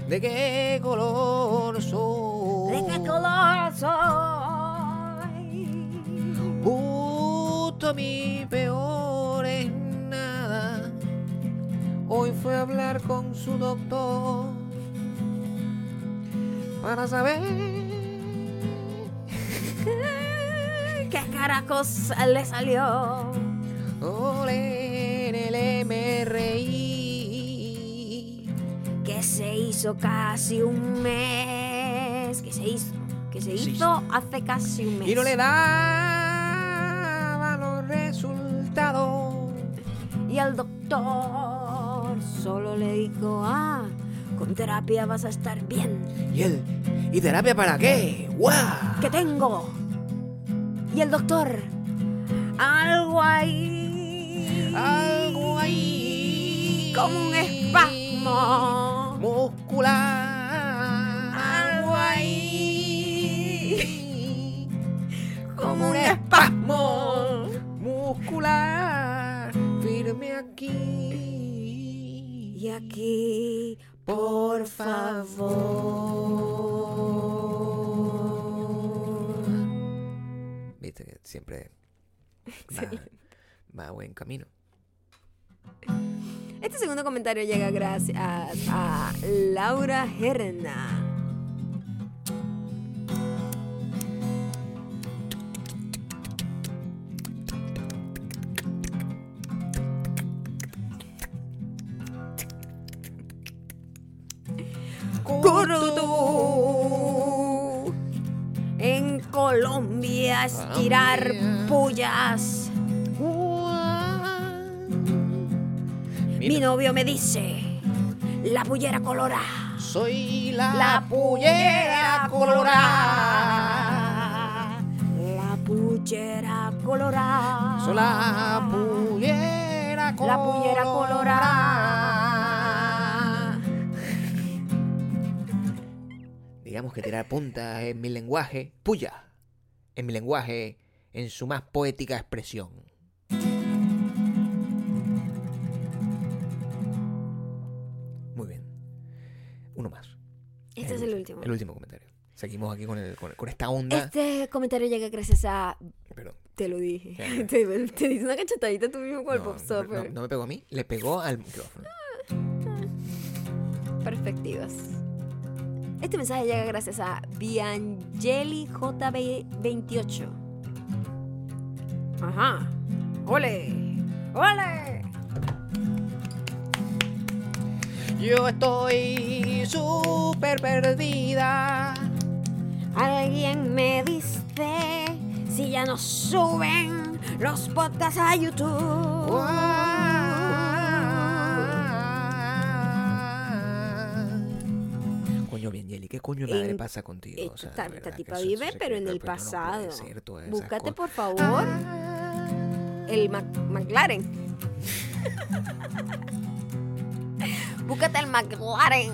¿De qué color soy?
¿De qué color soy?
Justo mi peor es nada. Hoy fue a hablar con su doctor para saber
¿Qué caracos le salió?
Ole, en el MRI.
Que se hizo casi un mes. Que se hizo. Que se
Sí.
hizo hace casi un mes.
Y no le daba los resultados.
Y el doctor solo le dijo, ah, con terapia vas a estar bien.
¿Y él? ¿Y terapia para qué? ¡Guau!
¿Qué tengo? Y el doctor, algo ahí.
Algo ahí.
Como un espasmo.
Muscular. Algo ahí.
Como un
espasmo. Muscular. Firme aquí.
Y aquí, por favor.
Viste que siempre va, va a buen camino.
Este segundo comentario llega gracias a Laura Herna. Curutú. En Colombia es tirar
Colombia.
pullas. Mi
Mira,
novio me dice, la pullera colora.
soy la,
La
pollera
pullera
colorada.
colorada. La pullera colorada.
Soy la pollera colorada.
La pullera colorada.
Digamos que tirar punta en mi lenguaje, puya. En mi lenguaje, en su más poética expresión. Muy bien. Uno más.
Este es el último.
El último comentario. Seguimos aquí con, el- con- con esta onda.
Este comentario llega gracias a...
Perdón.
Te lo dije.
Ya.
Te, te dice una cachetadita tú mismo con el
No,
pop
no, no, no me pegó a mí, le pegó al micrófono.
Perspectivas. Este mensaje llega gracias a Biangeli JB28. Ajá. ¡Ole! ¡Ole!
Yo estoy súper perdida.
Alguien me dice si ya no suben los podcasts a YouTube.
Coño, bien, Yeli, ¿qué coño de madre
En-
pasa contigo? O sea, de
Eh, Esta,
verdad que
tipa
eso-
vive,
eso se-
pero en el
no puede
pasado.
ser, todas esas
Búscate,
cosas.
por favor, el Mac- McLaren. Búscate el McLaren.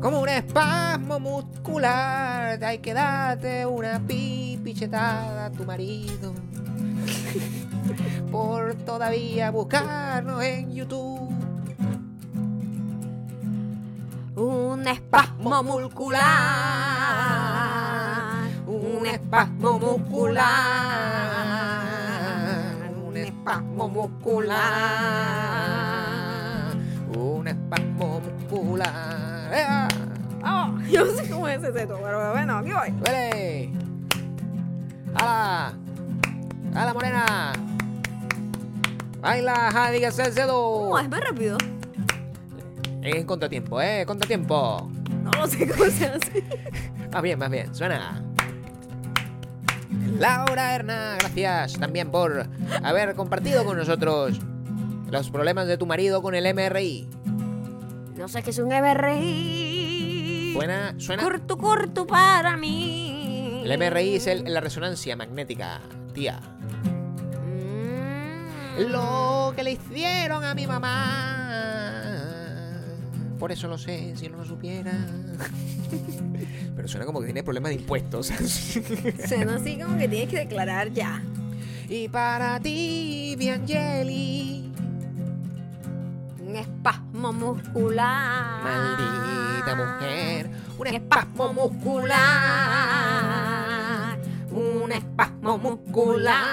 Como un espasmo muscular, hay que darte una pipichetada a tu marido. Por todavía buscarnos en YouTube.
Un espasmo muscular.
Un espasmo muscular. Un espasmo muscular. Un espasmo muscular. ¡Ea!
Oh, yo no sé cómo es ese tú, pero bueno, aquí voy.
¡Duele! ¡Hala! ¡Hala, morena! ¡Baila, Javi Salcedo!
Oh, es más rápido.
En contratiempo, ¿eh? Contratiempo.
No lo sé cómo se hace.
Más bien, más bien. Suena. Laura Herna, gracias también por haber compartido con nosotros los problemas de tu marido con el MRI.
No sé qué es un MRI.
Buena, suena.
Corto, corto para mí.
El MRI es el- la resonancia magnética, tía.
Mm.
Lo que le hicieron a mi mamá. Por eso lo sé, si no lo supiera. Pero suena como que tiene problemas de impuestos.
Suena así como que tienes que declarar ya.
Y para ti, Biangeli,
un espasmo muscular.
Maldita mujer, un
espasmo muscular. Un espasmo muscular.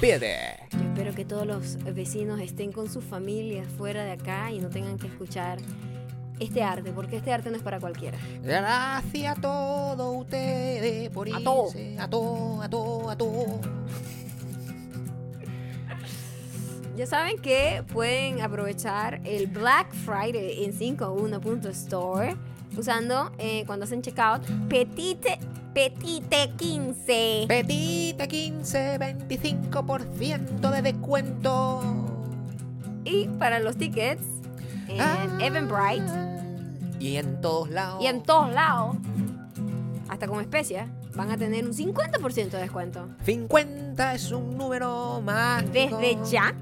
Pídete.
Yo espero que todos los vecinos estén con sus familias fuera de acá y no tengan que escuchar este arte, porque este arte no es para cualquiera.
Gracias a todos ustedes por
A todo.
irse. A todo, a todo, a todo.
Ya saben que pueden aprovechar el Black Friday en 51.store usando eh, cuando hacen checkout Petite Petite 15.
Petite 15, 25% de descuento.
Y para los tickets en Eventbrite
Ah. Y en todos lados.
y en todos lados, hasta con especia, van a tener un 50% de descuento.
50 es un número más.
Desde ya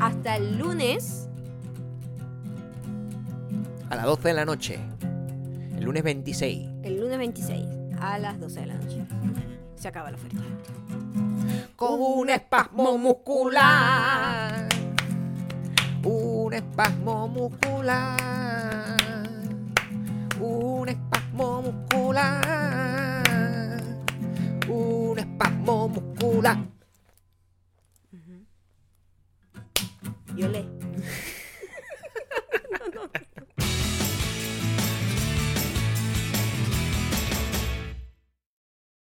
hasta el lunes
A las 12 de la noche. El lunes 26.
El lunes 26 a las 12 de la noche. Se acaba la oferta.
Con un espasmo muscular. Un espasmo muscular. Un espasmo muscular. Un espasmo muscular.
Yo le.